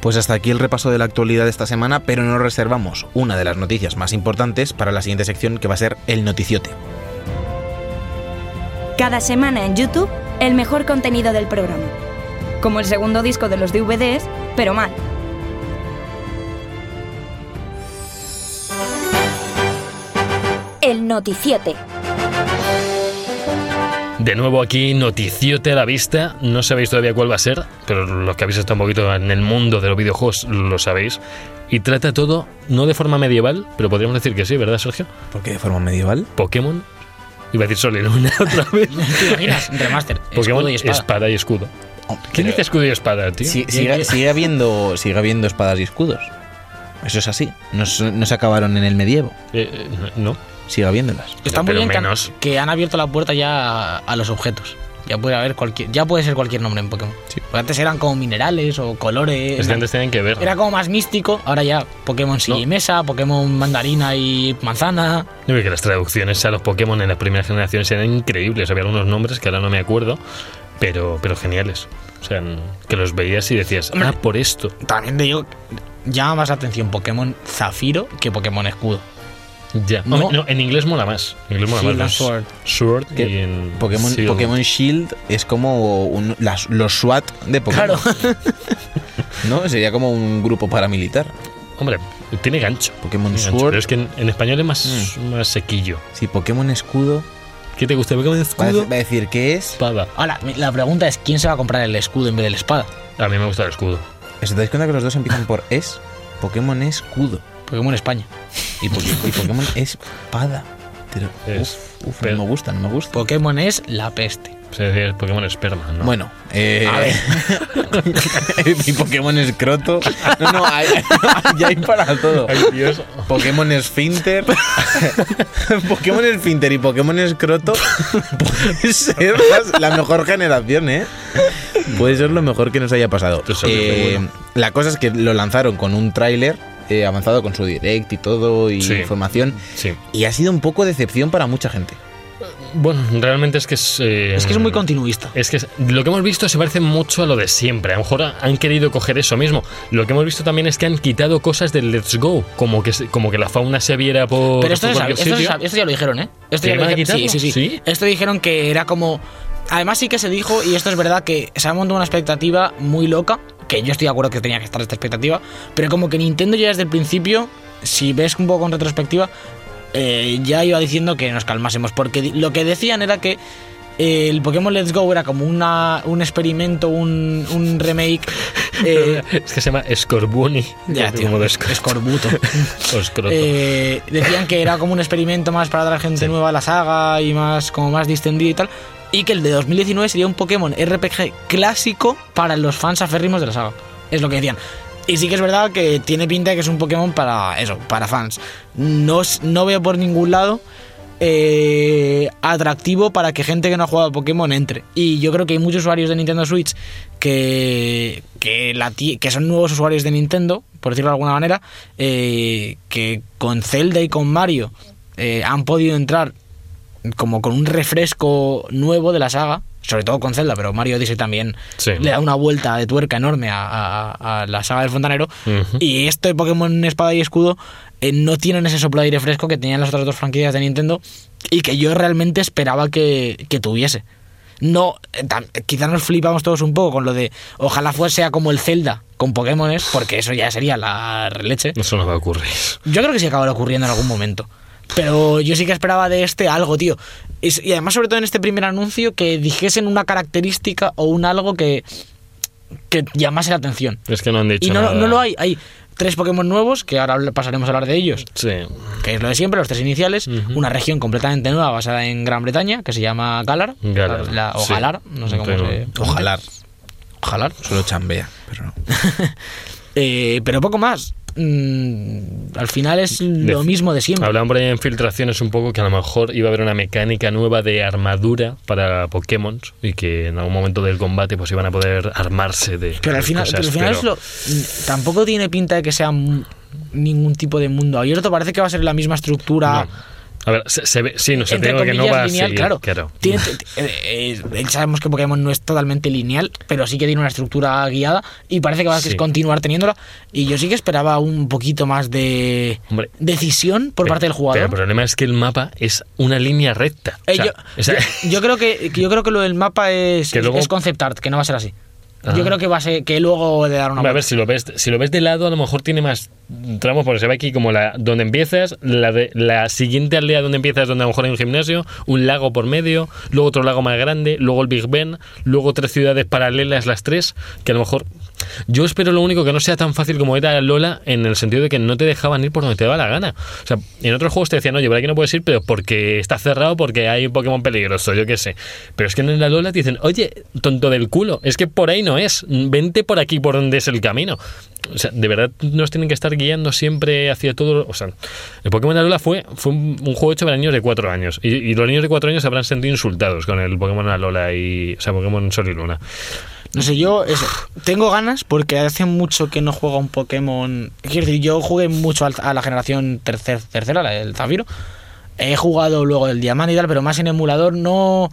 B: Pues hasta aquí el repaso de la actualidad de esta semana, pero nos reservamos una de las noticias más importantes para la siguiente sección que va a ser el noticiote.
D: Cada semana en YouTube, el mejor contenido del programa. Como el segundo disco de los DVDs, pero mal. El Noticiote.
A: De nuevo aquí, noticiote a la vista. No sabéis todavía cuál va a ser, pero los que habéis estado un poquito en el mundo de los videojuegos lo sabéis. Y trata todo, no de forma medieval, pero podríamos decir que sí, ¿verdad, Sergio?
B: ¿Por qué de forma medieval?
A: Pokémon. Iba a decir Sol y Luna *laughs* otra vez.
C: ¿Te imaginas? Remaster.
A: Eh, *laughs* Pokémon
C: escudo y espada.
A: y escudo. ¿Quién dice escudo y espada, tío?
B: Sí, sigue, sigue habiendo, sigue habiendo espadas y escudos. Eso es así. No, se- no se acabaron en el medievo.
A: Eh, eh, no.
B: Sigue habiéndolas.
C: Está muy
A: Pero
C: bien que han-
A: menos.
C: que han abierto la puerta ya a, a los objetos. Ya puede haber cualquier, ya puede ser cualquier nombre en Pokémon. Porque antes eran como minerales o colores.
A: Es que antes tenían que ver.
C: Eh, Era como más místico. Ahora ya Pokémon silla y
A: No.
C: mesa, Pokémon mandarina y manzana.
A: Yo creo que las traducciones a los Pokémon en las primeras generaciones eran increíbles. Había algunos nombres que ahora no me acuerdo, pero, pero geniales. O sea, que los veías y decías,
C: Hombre.
A: ah, por esto.
C: También te digo, llama más la atención Pokémon Zafiro que Pokémon Escudo.
A: Ya.
C: No.
A: Hombre, no, en inglés mola más. En inglés mola
C: Shield
A: más.
C: and
A: los Sword
B: Que
A: y en
B: Pokémon,
A: Shield.
B: Pokémon Shield es como un- las- los SWAT de Pokémon. *laughs* ¿No? Sería como un grupo paramilitar.
A: Hombre, tiene gancho.
B: Pokémon
A: Tiene gancho,
B: Sword.
A: Pero es que en, en español es más, más sequillo.
B: Si Pokémon Escudo.
A: ¿Qué te gusta? Pokémon
B: Va a,
A: escudo.
B: dec- va a decir que es.
A: Espada.
C: Ahora, la pregunta es quién se va a comprar el escudo en vez de la espada.
A: A mí me gusta el escudo.
B: ¿Os dais cuenta que los dos empiezan por es? Pokémon Escudo.
C: Pokémon España.
B: Y, Poké- y Pokémon Espada. Pero,
A: Es-
B: uf, uf,
A: pero-
B: no me gusta, no me gusta.
C: Pokémon es la peste.
A: O sea, es Pokémon esperma, ¿no?
B: Bueno, eh,
C: A ver.
B: *laughs* mi Pokémon escroto. No, no, hay, *laughs* ya hay para todo.
A: Ay, Dios.
B: Pokémon
A: *laughs*
B: esfínter. Pokémon esfínter y Pokémon escroto puede ser las- la mejor generación, ¿eh? Puede ser lo mejor que nos haya pasado.
A: Esto es algo
B: Eh,
A: muy bueno.
B: la cosa es que lo lanzaron con un tráiler eh, avanzado con su direct y todo y
A: Sí.
B: información.
A: Sí.
B: Y ha sido un poco decepción para mucha gente.
A: Bueno, realmente es que es. eh,
C: Es que es muy continuista.
A: Es que es- lo que hemos visto se parece mucho a lo de siempre. A lo mejor han querido coger eso mismo. Lo que hemos visto también es que han quitado cosas del Let's Go, como que, se- como que la fauna se viera por.
C: Pero esto,
A: por
C: se sabe-
A: cualquier
C: esto, se
A: sitio.
C: sabe- esto ya lo dijeron, ¿eh? Esto ya
A: ¿Que
C: lo
A: iban a
C: dijeron. Sí, sí,
A: quitarlo?
C: sí,
A: ¿Sí?
C: Esto dijeron que era como. Además, sí que se dijo, y esto es verdad, que se ha montado una expectativa muy loca. Que yo estoy de acuerdo que tenía que estar esta expectativa. Pero como que Nintendo ya desde el principio, si ves un poco en retrospectiva, eh, ya iba diciendo que nos calmásemos. Porque di- lo que decían era que. eh, El Pokémon Let's Go era como una, un experimento, un, un remake. eh,
A: Es que se llama Scorbunny.
C: ya, tío,
A: Como de
C: es-
A: escor-
C: escorbuto. *laughs*
A: escroto.
C: Eh, decían que era como un experimento más para dar gente nueva a la saga y más como más distendido y tal. Y que el de 2019 sería un Pokémon RPG clásico para los fans aférrimos de la saga. Es lo que decían. Y sí que es verdad que tiene pinta de que es un Pokémon para eso, para fans. No, s- no veo por ningún lado eh, atractivo para que gente que no ha jugado a Pokémon entre. Y yo creo que hay muchos usuarios de Nintendo Switch que, que, la ti- que son nuevos usuarios de Nintendo, por decirlo de alguna manera, eh, que con Zelda y con Mario eh, han podido entrar como con un refresco nuevo de la saga. Sobre todo con Zelda, pero Mario Odyssey también
A: Sí.
C: le da una vuelta de tuerca enorme a, a- a la saga del fontanero.
A: Ujú.
C: Y esto de Pokémon Espada y Escudo eh, no tienen ese soplo de aire fresco que tenían las otras dos franquicias de Nintendo y que yo realmente esperaba que, que tuviese. No, eh, tam- quizá nos flipamos todos un poco con lo de ojalá fuese como el Zelda con Pokémones, porque eso ya sería la leche.
A: Eso no va a ocurrir.
C: Yo creo que sí acabará ocurriendo en algún momento. Pero yo sí que esperaba de este algo, tío. Es- Y además, sobre todo en este primer anuncio, que dijesen una característica o un algo que, que llamase la atención.
A: Es que no han dicho
C: Y no,
A: nada.
C: no lo hay. Hay tres Pokémon nuevos, que ahora habl- pasaremos a hablar de ellos,
A: Sí.
C: que es lo de siempre, los tres iniciales.
A: Ujú.
C: Una región completamente nueva basada en Gran Bretaña, que se llama Galar.
A: Galar,
C: La- o
A: sí.
C: Galar, no sé cómo
A: Pero-
C: se...
B: Ojalá.
C: Galar.
B: Solo chambea, pero no.
C: Eh, pero poco más. Mm, al final es lo
A: De-
C: mismo de siempre.
A: Hablaban por ahí en filtraciones un poco que a lo mejor iba a haber una mecánica nueva de armadura para Pokémon y que en algún momento del combate pues iban a poder armarse de.
C: Pero al
A: de
C: final,
A: cosas,
C: pero al final
A: pero-
C: es lo- tampoco tiene pinta de que sea m- ningún tipo de mundo abierto. Parece que va a ser la misma estructura.
A: No. A ver, se, se ve, sí, no sé,
C: entre
A: tengo que no
C: comillas,
A: va a
C: lineal,
A: seguir,
C: claro.
A: claro.
C: Tiene- t- t- eh, eh, sabemos que Pokémon no es totalmente lineal, pero sí que tiene una estructura guiada y parece que va a
A: Sí.
C: continuar teniéndola. Y yo sí que esperaba un poquito más de
A: Hombre.
C: decisión por
A: Pero-
C: parte del
A: Pero
C: jugador.
A: el problema es que el mapa es una línea recta. O
C: Eh,
A: sea,
C: yo,
A: o *laughs* sea,
C: yo- yo creo que yo creo que lo del mapa es,
A: *laughs* Que luego-
C: es concept art, que no va a ser así.
A: Ah.
C: Yo creo que va a ser que luego de dar una
A: a ver,
C: vuelta.
A: si lo ves, si lo ves de lado, a lo mejor tiene más tramos, porque se ve aquí como la donde empiezas, la de la siguiente aldea donde empiezas, donde a lo mejor hay un gimnasio, un lago por medio, luego otro lago más grande, luego el Big Ben, luego tres ciudades paralelas las tres, que a lo mejor Yo espero lo único que no sea tan fácil como era Lola en el sentido de que no te dejaban ir por donde te daba la gana. O sea, en otros juegos te decían, oye, por aquí no puedes ir, pero porque está cerrado, porque hay un Pokémon peligroso, yo qué sé. Pero es que en la Lola te dicen, oye, tonto del culo, es que por ahí no es, vente por aquí por donde es el camino. O sea, de verdad nos tienen que estar guiando siempre hacia todo. O sea, el Pokémon Alola fue, fue un, un juego hecho para niños de 4 años. Y, y los niños de 4 años se habrán sentido insultados con el Pokémon Alola y. O sea, Pokémon Sol y Luna.
C: No sé, yo eso, tengo ganas porque hace mucho que no juego a un Pokémon. Quiero decir, yo jugué mucho al- a la generación tercer, tercera, la del Zafiro. He jugado luego el Diamante y tal, pero más en emulador no.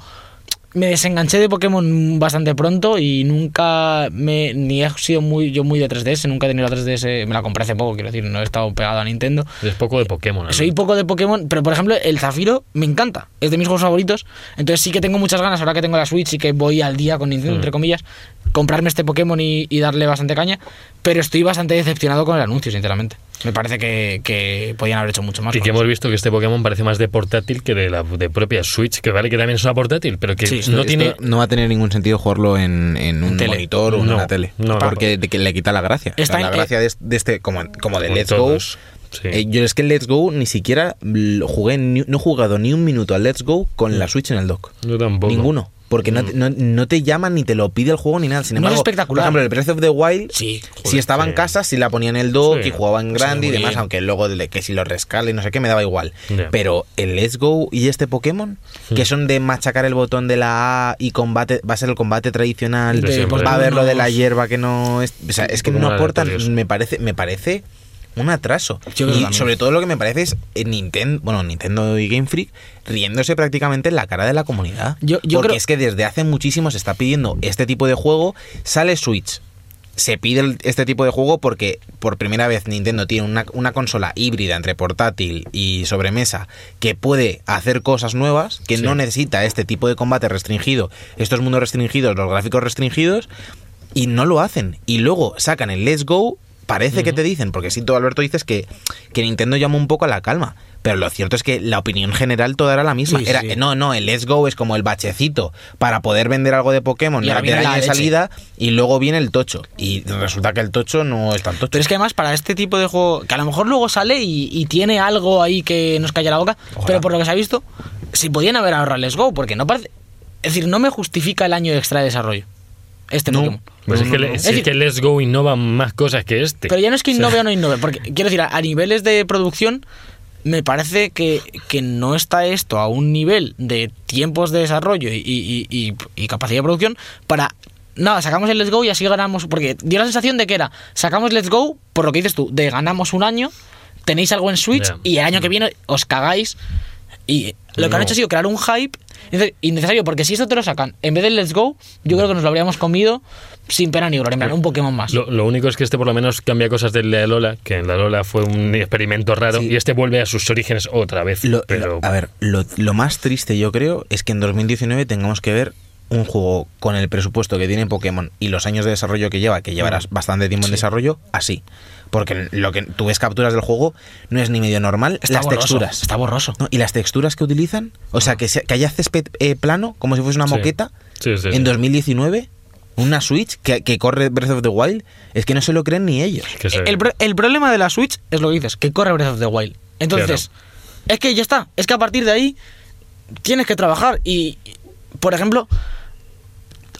C: Me desenganché de Pokémon bastante pronto y nunca me. ni he sido muy yo muy de 3DS, nunca he tenido la 3DS, me la compré hace poco, quiero decir, no he estado pegado a Nintendo.
A: Es poco de Pokémon. ¿no?
C: Soy poco de Pokémon, pero por ejemplo, el Zafiro me encanta. Es de mis juegos favoritos. Entonces sí que tengo muchas ganas, ahora que tengo la Switch y que voy al día con Nintendo,
A: Mm.
C: entre comillas, comprarme este Pokémon y, y darle bastante caña. Pero estoy bastante decepcionado con el anuncio, sinceramente. Me parece que, que podían haber hecho mucho más.
A: Y
C: con
A: que
C: eso.
A: hemos visto que este Pokémon parece más de portátil que de la de propia Switch, que vale que también es una portátil, pero que
C: Sí, este
A: no tiene.
B: Esto no va a tener ningún sentido jugarlo en, en un
C: tele.
B: monitor o en
A: No,
B: una tele.
A: no,
B: porque de que le quita la gracia.
C: Está
B: O sea,
C: en-
B: la gracia de, de este, como, como de
A: eh, como
B: Let's
A: todos,
B: Go.
A: sí.
B: Eh, yo es que el Let's Go ni siquiera lo jugué, ni- no he jugado ni un minuto al Let's Go con
C: Mm.
B: la Switch en el dock.
A: Yo tampoco.
B: Ninguno. Porque no, te- no, no te llaman ni te lo pide el juego ni nada. Sin
C: No es
B: embargo,
C: espectacular.
B: Por ejemplo, el Breath of the Wild,
C: Sí,
B: si
A: joder,
B: estaba en
A: sí.
B: casa, si la ponía en el dock
A: Sí.
B: y jugaba en grande
C: Sí,
B: y
C: muy
B: demás,
C: bien.
B: aunque luego de que si lo rescale, no sé qué, me daba igual.
A: Ya. Hmm.
B: Pero el Let's Go y este Pokémon, que son de machacar el botón de la A y combate, va a ser el combate tradicional,
A: De siempre.
B: va a haber lo de la
C: Pokémonos.
B: hierba que no es. O sea, es que no
A: Pokémon
B: aportan,
A: aleatorios.
B: me parece, me parece un atraso.
C: Yo creo
B: y
C: también.
B: sobre todo lo que me parece es eh, Nintendo, bueno, Nintendo y Game Freak riéndose prácticamente en la cara de la comunidad.
C: Yo- yo
B: porque
C: creo-
B: es que desde hace muchísimo se está pidiendo este tipo de juego, sale Switch. Se pide el- este tipo de juego porque por primera vez Nintendo tiene una, una consola híbrida entre portátil y sobremesa que puede hacer cosas nuevas, que
A: Sí.
B: no necesita este tipo de combate restringido, estos mundos restringidos, los gráficos restringidos, y no lo hacen. Y luego sacan el Let's Go. Parece que te dicen, porque si tú, Alberto, dices que, que Nintendo llama un poco a la calma. Pero lo cierto es que la opinión general toda era la misma.
C: Sí, sí,
B: era,
C: sí.
B: no, no, el Let's Go es como el bachecito para poder vender algo de Pokémon
C: Y
B: la
C: ahora viene la
B: de
C: leche.
B: salida y luego viene el tocho. Y resulta que el tocho no es tan tocho.
C: Pero es que además para este tipo de juego, que a lo mejor luego sale y, y tiene algo ahí que nos calla la boca,
B: Ojalá.
C: pero por lo que se ha visto, si podían haber ahorrado Let's Go, porque no parece... Es decir, no me justifica el año extra de desarrollo. Este Pokémon.
A: Pues
B: No,
A: es, que,
B: no,
A: le-
B: no.
A: es
C: Es decir-
A: que Let's Go innova más cosas que este.
C: Pero ya no es que
A: O sea,
C: innove o no innove, porque quiero decir, a, a niveles de producción, me parece que, que no está esto a un nivel de tiempos de desarrollo y, y- y- y- y capacidad de producción para. Nada, sacamos el Let's Go y así ganamos. Porque dio la sensación de que era, sacamos Let's Go, por lo que dices tú, de ganamos un año, tenéis algo en Switch
A: Ya.
C: y el año que viene os cagáis. Y lo que
A: No.
C: han hecho ha sido crear un hype inne- innecesario, porque si esto te lo sacan en vez del Let's Go, yo creo que nos lo habríamos comido sin pena ni gloria. En plan, un Pokémon más.
A: Lo, lo único es que este por lo menos cambia cosas del de Lola, que en la Lola fue un experimento raro,
B: Sí.
A: y este vuelve a sus orígenes otra vez.
B: Lo-
A: pero
B: lo- a ver, lo, lo más triste yo creo es que en 2019 tengamos que ver un juego con el presupuesto que tiene Pokémon y los años de desarrollo que lleva, que
C: Mm.
B: llevarás bastante tiempo en desarrollo, así. Porque lo que tú ves capturas del juego no es ni medio normal,
C: Está
B: las
C: borroso,
B: texturas.
C: Está Ah. borroso.
B: ¿no? Y las texturas que utilizan, o sea, que, se- que haya césped eh, plano, como si fuese una
A: Sí.
B: moqueta,
A: Sí, sí, sí.
B: en 2019, una Switch que, que corre Breath of the Wild, es que no se lo creen ni ellos.
A: que se-
C: El, pro- el problema de la Switch es lo que dices, que corre Breath of the Wild. Entonces, es que ya está. Es que a partir de ahí tienes que trabajar. Y, por ejemplo,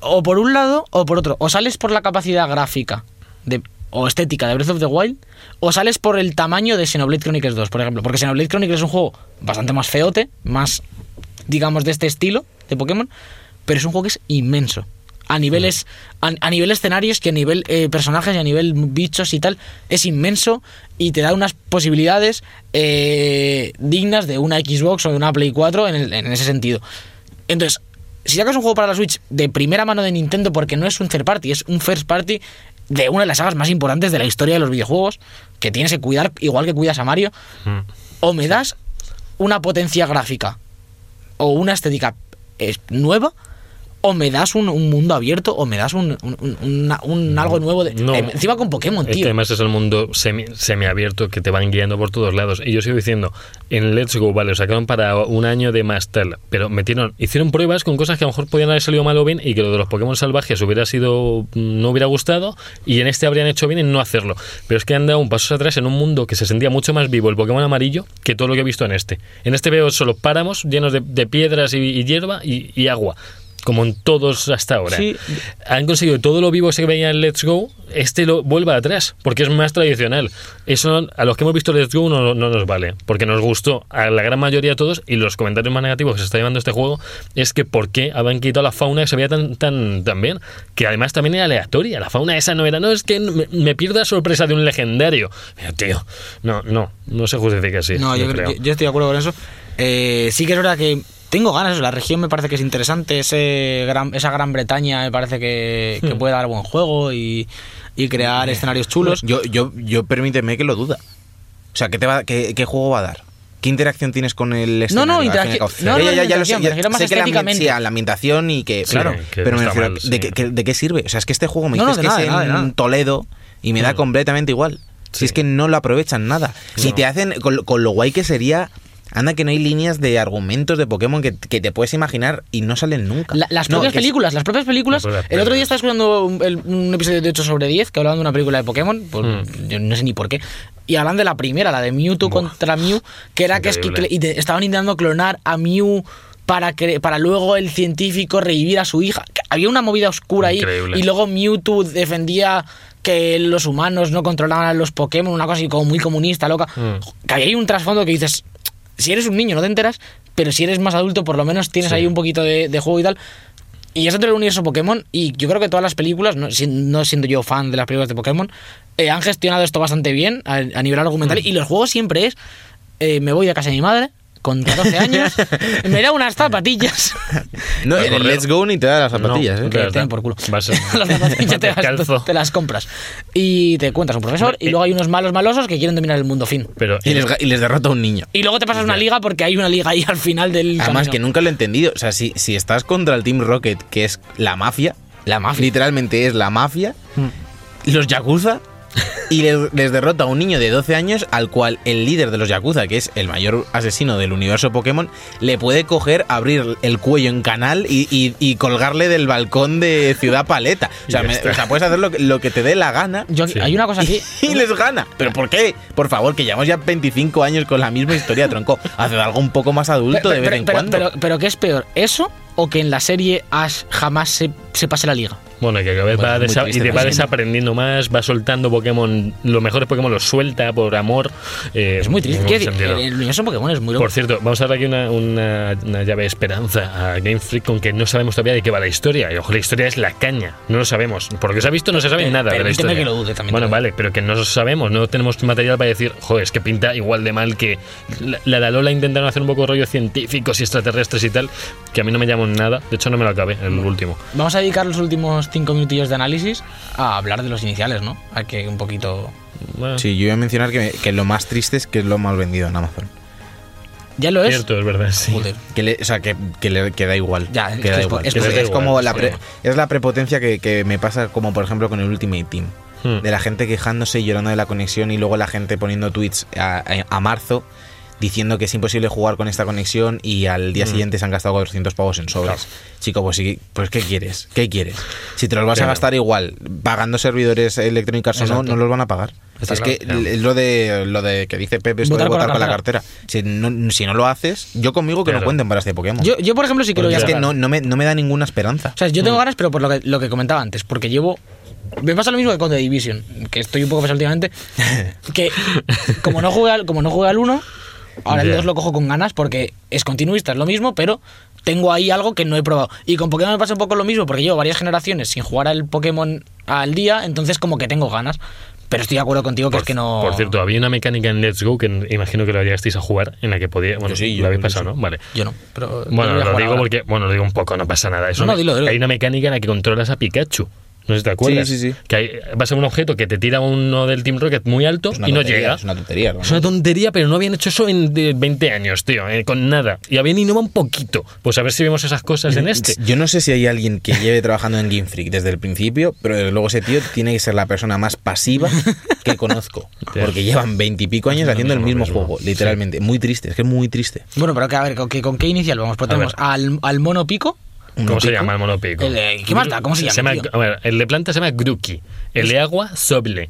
C: o por un lado o por otro. O sales por la capacidad gráfica de, o estética de Breath of the Wild, o sales por el tamaño de Xenoblade Chronicles 2, por ejemplo. Porque Xenoblade Chronicles es un juego bastante más feote, más, digamos, de este estilo de Pokémon, pero es un juego que es inmenso. A niveles, a, a nivel escenarios, que a nivel eh, personajes y a nivel bichos y tal, es inmenso y te da unas posibilidades eh, dignas de una Xbox o de una Play 4 en, el- en ese sentido. Entonces, si sacas un juego para la Switch de primera mano de Nintendo, porque no es un third party, es un first party de una de las sagas más importantes de la historia de los videojuegos, que tienes que cuidar igual que cuidas a Mario,
A: Mm.
C: o me das una potencia gráfica o una estética eh, nueva, o me das un, un mundo abierto o me das un, un- un- un algo nuevo. de-
A: No.
C: eh, encima con Pokémon,
A: Es que
C: tío.
A: además Este es el mundo semi, semiabierto que te van guiando por todos lados. Y yo sigo diciendo, en Let's Go, vale, lo sacaron para un año de más tal, pero metieron, hicieron pruebas con cosas que a lo mejor podían haber salido mal o bien y que lo de los Pokémon salvajes hubiera sido, mm, no hubiera gustado y en este habrían hecho bien en no hacerlo. Pero es que han dado un paso atrás en un mundo que se sentía mucho más vivo el Pokémon amarillo que todo lo que he visto en este. En este veo solo páramos llenos de, de piedras y, y hierba y, y agua. Como en todos hasta ahora.
C: Sí.
A: Han conseguido todo lo vivo que se veía en Let's Go, este lo vuelva atrás, porque es más tradicional. Eso a los que hemos visto Let's Go no, no nos vale, porque nos gustó a la gran mayoría de todos y los comentarios más negativos que se está llevando este juego es que por qué habían quitado la fauna que se veía tan, tan, tan bien, que además también era aleatoria, la fauna esa no era, no es que me, me pierdo la sorpresa de un legendario. Pero, tío, no, no, no se justifica así.
C: No, yo,
A: yo creo.
C: yo- yo estoy de acuerdo con eso. Eh, sí que es verdad que tengo ganas, eso, la región me parece que es interesante, ese gran, esa Gran Bretaña me parece que, que puede dar buen juego y, y crear escenarios chulos.
B: Yo, yo, yo permíteme que lo duda. O sea, ¿qué, te va, qué, qué juego va a dar? ¿Qué interacción tienes con el escenario?
C: no,
B: al fin y al
C: interacción-
B: cabo?
C: no, no,
B: Ya, ya, ya, ya lo
C: interacción,
B: sé,
C: me refiero más
B: sé que la, ambien-
C: estéticamente.
B: sí, a la ambientación y que,
A: Sí,
B: claro,
A: que
B: pero me
A: está
B: refiero,
A: mal,
B: ¿de,
A: sí.
B: qué, qué- de qué sirve? O sea, es que este juego me
C: No, no,
B: dices
C: de
B: que
C: nada,
B: es
C: de nada, de
B: en
C: nada.
B: Toledo y me da completamente igual. Si es que no lo aprovechan nada. Si te hacen, con, lo- con lo guay que sería... Anda que no hay líneas de argumentos de Pokémon que, que te puedes imaginar y no salen nunca.
C: La- las
B: No,
C: propias
B: que es-
C: películas, las propias películas.
A: Las propias
C: el otro día
A: películas.
C: estaba escuchando un, el- un episodio de 8 sobre 10 que hablaban de una película de Pokémon, pues,
B: Hmm.
A: Mm.
C: yo no sé ni por qué. Y hablan de la primera, la de Mewtwo contra Mew, que era que, es que
A: Increíble.
C: y te- estaban intentando clonar a Mew para que para luego el científico revivir a su hija. Que Había una movida oscura ahí
A: Increíble.
C: y luego Mewtwo defendía que los humanos no controlaban a los Pokémon, una cosa así como muy comunista, loca.
B: Hmm.
A: Mm.
C: Que ahí hay un trasfondo que dices, si eres un niño no te enteras, pero si eres más adulto por lo menos tienes
A: Sí.
C: ahí un poquito de, de juego y tal. Y es dentro del universo Pokémon y yo creo que todas las películas, no, si- no siendo yo fan de las películas de Pokémon, eh, han gestionado esto bastante bien a, a nivel argumental
A: Mm.
C: y los juegos siempre es, eh, me voy a casa de mi madre con
A: *laughs*
C: 14 años, me da unas zapatillas.
B: No,
A: Al
B: en el
A: correr.
B: Let's Go ni te da las zapatillas,
A: No,
B: ¿eh?
A: claro.
C: que te den por culo.
A: Vas a-
C: *laughs* las zapatillas te, las-
A: Descalzo.
C: te las compras. Y te cuentas un profesor y
A: Eh,
C: luego hay unos malos malosos que quieren dominar el mundo fin.
A: Pero este
B: Y les, ga- y les derrota a un niño.
C: Y luego te pasas una liga porque hay una liga ahí al final del
B: Además
C: camino.
B: que nunca lo he entendido. O sea, si, si estás contra el Team Rocket, que es la mafia, la mafia. Literalmente es la mafia, los Yakuza, y les, les derrota a un niño de 12 años al cual el líder de los Yakuza, que es el mayor asesino del universo Pokémon, le puede coger, abrir el cuello en canal y, y- y colgarle del balcón de Ciudad Paleta. O sea,
A: Ya
B: me-
A: está.
B: o sea, puedes hacer lo, que- lo que te dé la gana.
C: *laughs* Yo-
A: Sí.
C: Hay una
B: *laughs*
C: cosa aquí.
B: Y les gana. ¿Pero por qué? Por favor, que llevamos ya 25 años con la misma historia, tronco. Haz algo un poco más adulto de vez en cuando.
C: pero- pero ¿qué es peor? ¿Eso o que en la serie Ash jamás se, se pase la liga?
A: Bueno, que cada vez
B: Bueno,
A: va,
B: es muy
A: desa-
B: triste,
A: y te
B: ¿no?
A: va
B: Sí.
A: desaprendiendo más, va soltando Pokémon, los mejores Pokémon los suelta por amor. eh,
C: Es muy triste.
A: en
C: Quiero
A: ese
C: decir,
A: sentido.
C: el universo Pokémon es muy loco.
A: Por cierto, vamos a dar aquí una, una- una llave de esperanza a Game Freak con que no sabemos todavía de qué va la historia. Y ojo, la historia es la caña. No lo sabemos. Porque se ha visto, no se sabe
C: Per-
A: nada de la
C: Eh, permíteme
A: historia.
C: que lo dude también,
A: bueno,
C: también.
A: vale, pero que no lo sabemos. No tenemos material para decir, joder, es que pinta igual de mal que la, la de Alola intentaron hacer un poco rollo científicos y extraterrestres y tal, que a mí no me llaman nada. De hecho, no me lo acabé, el último.
C: Vamos a dedicar los últimos cinco minutillos de análisis a hablar de los iniciales, ¿no? A que un poquito.
A: Bueno,
B: Sí, yo iba a mencionar que, que lo más triste es que es lo más vendido en Amazon.
C: Ya lo es.
A: cierto, es verdad, sí.
C: Joder.
B: Que le- o sea, que, que le que da igual.
C: Ya,
B: que
C: es que
B: da
C: es po-
B: igual.
C: es
B: Que
A: po-
B: es,
A: da igual,
B: como
A: es
B: la, pre-
A: como-
B: es la prepotencia que, que me pasa, como por ejemplo con el Ultimate Team.
A: Hmm.
B: De la gente quejándose y llorando de la conexión y luego la gente poniendo tweets a, a- a marzo diciendo que es imposible jugar con esta conexión y al día siguiente se han gastado 400 pavos en sobras. Chico, pues, sí, pues ¿qué quieres? ¿Qué quieres? Si te los vas a
A: Claro.
B: gastar igual, pagando servidores electrónicos o no,
C: Exacto.
B: no los van a pagar.
A: Está
B: es
A: claro,
B: que
A: claro.
B: es lo de lo de que dice Pepe, esto
C: Votar
B: de
C: con la
B: votar con la cartera. Si no, si no lo haces, yo conmigo que
A: Claro.
B: no cuenten para este Pokémon.
C: Yo, yo, por ejemplo, sí que lo voy
B: Porque
C: a
B: es que no,
C: sacar.
B: no me, no me da ninguna esperanza.
C: O sea, yo
A: Mm.
C: tengo ganas, pero por lo que, lo que comentaba antes, porque llevo. Me pasa lo mismo que con The Division, que estoy un poco
A: *laughs*
C: pesado últimamente. Que como no jugué al, como no jugué al 1, ahora el
A: Ya.
C: 2 lo cojo con ganas porque es continuista, es lo mismo, pero tengo ahí algo que no he probado. Y con Pokémon me pasa un poco lo mismo, porque llevo varias generaciones sin jugar al Pokémon al día, entonces como que tengo ganas. Pero estoy de acuerdo contigo que es que no.
A: Por cierto, había una mecánica en Let's Go que n- imagino que lo llegasteis a jugar, en la que podía. Bueno,
B: Yo sí, yo-
A: lo habéis
B: yo
A: pasado,
B: sí.
A: ¿no? Vale.
C: Yo no. Pero
A: Bueno,
C: yo voy a
A: lo
C: jugar
A: digo
C: ahora.
A: porque. Bueno, lo digo un poco, no pasa nada. Es
C: No,
A: una-
C: no, dilo, dilo.
A: Hay una mecánica en la que controlas a Pikachu. No sé si te acuerdas.
F: Sí, sí, sí.
A: Que hay- va a ser un objeto que te tira uno del Team Rocket muy alto
B: Es una
A: y no
B: tontería,
A: llega.
B: Es una tontería. ¿no?
A: Es una tontería, pero no habían hecho eso en de- 20 años, tío, eh, con nada. Y habían innovado un poquito. Pues a ver si vemos esas cosas en este.
B: Yo no sé si hay alguien que lleve trabajando en Game Freak desde el principio, pero desde luego ese tío tiene que ser la persona más pasiva que conozco.
A: Ya.
B: Porque llevan veintipico años
A: No,
B: haciendo
A: no,
B: el
A: no,
B: mismo
A: no, no.
B: juego, literalmente. Muy triste, es que es muy triste.
C: Bueno, pero que a ver, ¿con qué, con qué inicial vamos? Pues
A: A
C: tenemos
A: ver.
C: al, al mono pico.
A: ¿Cómo se llama el monopico?
C: El, eh, ¿qué más da? ¿Cómo se llama, tío?
A: a ver, el de planta se llama Grookey. El de agua,
C: *laughs*
A: Soble.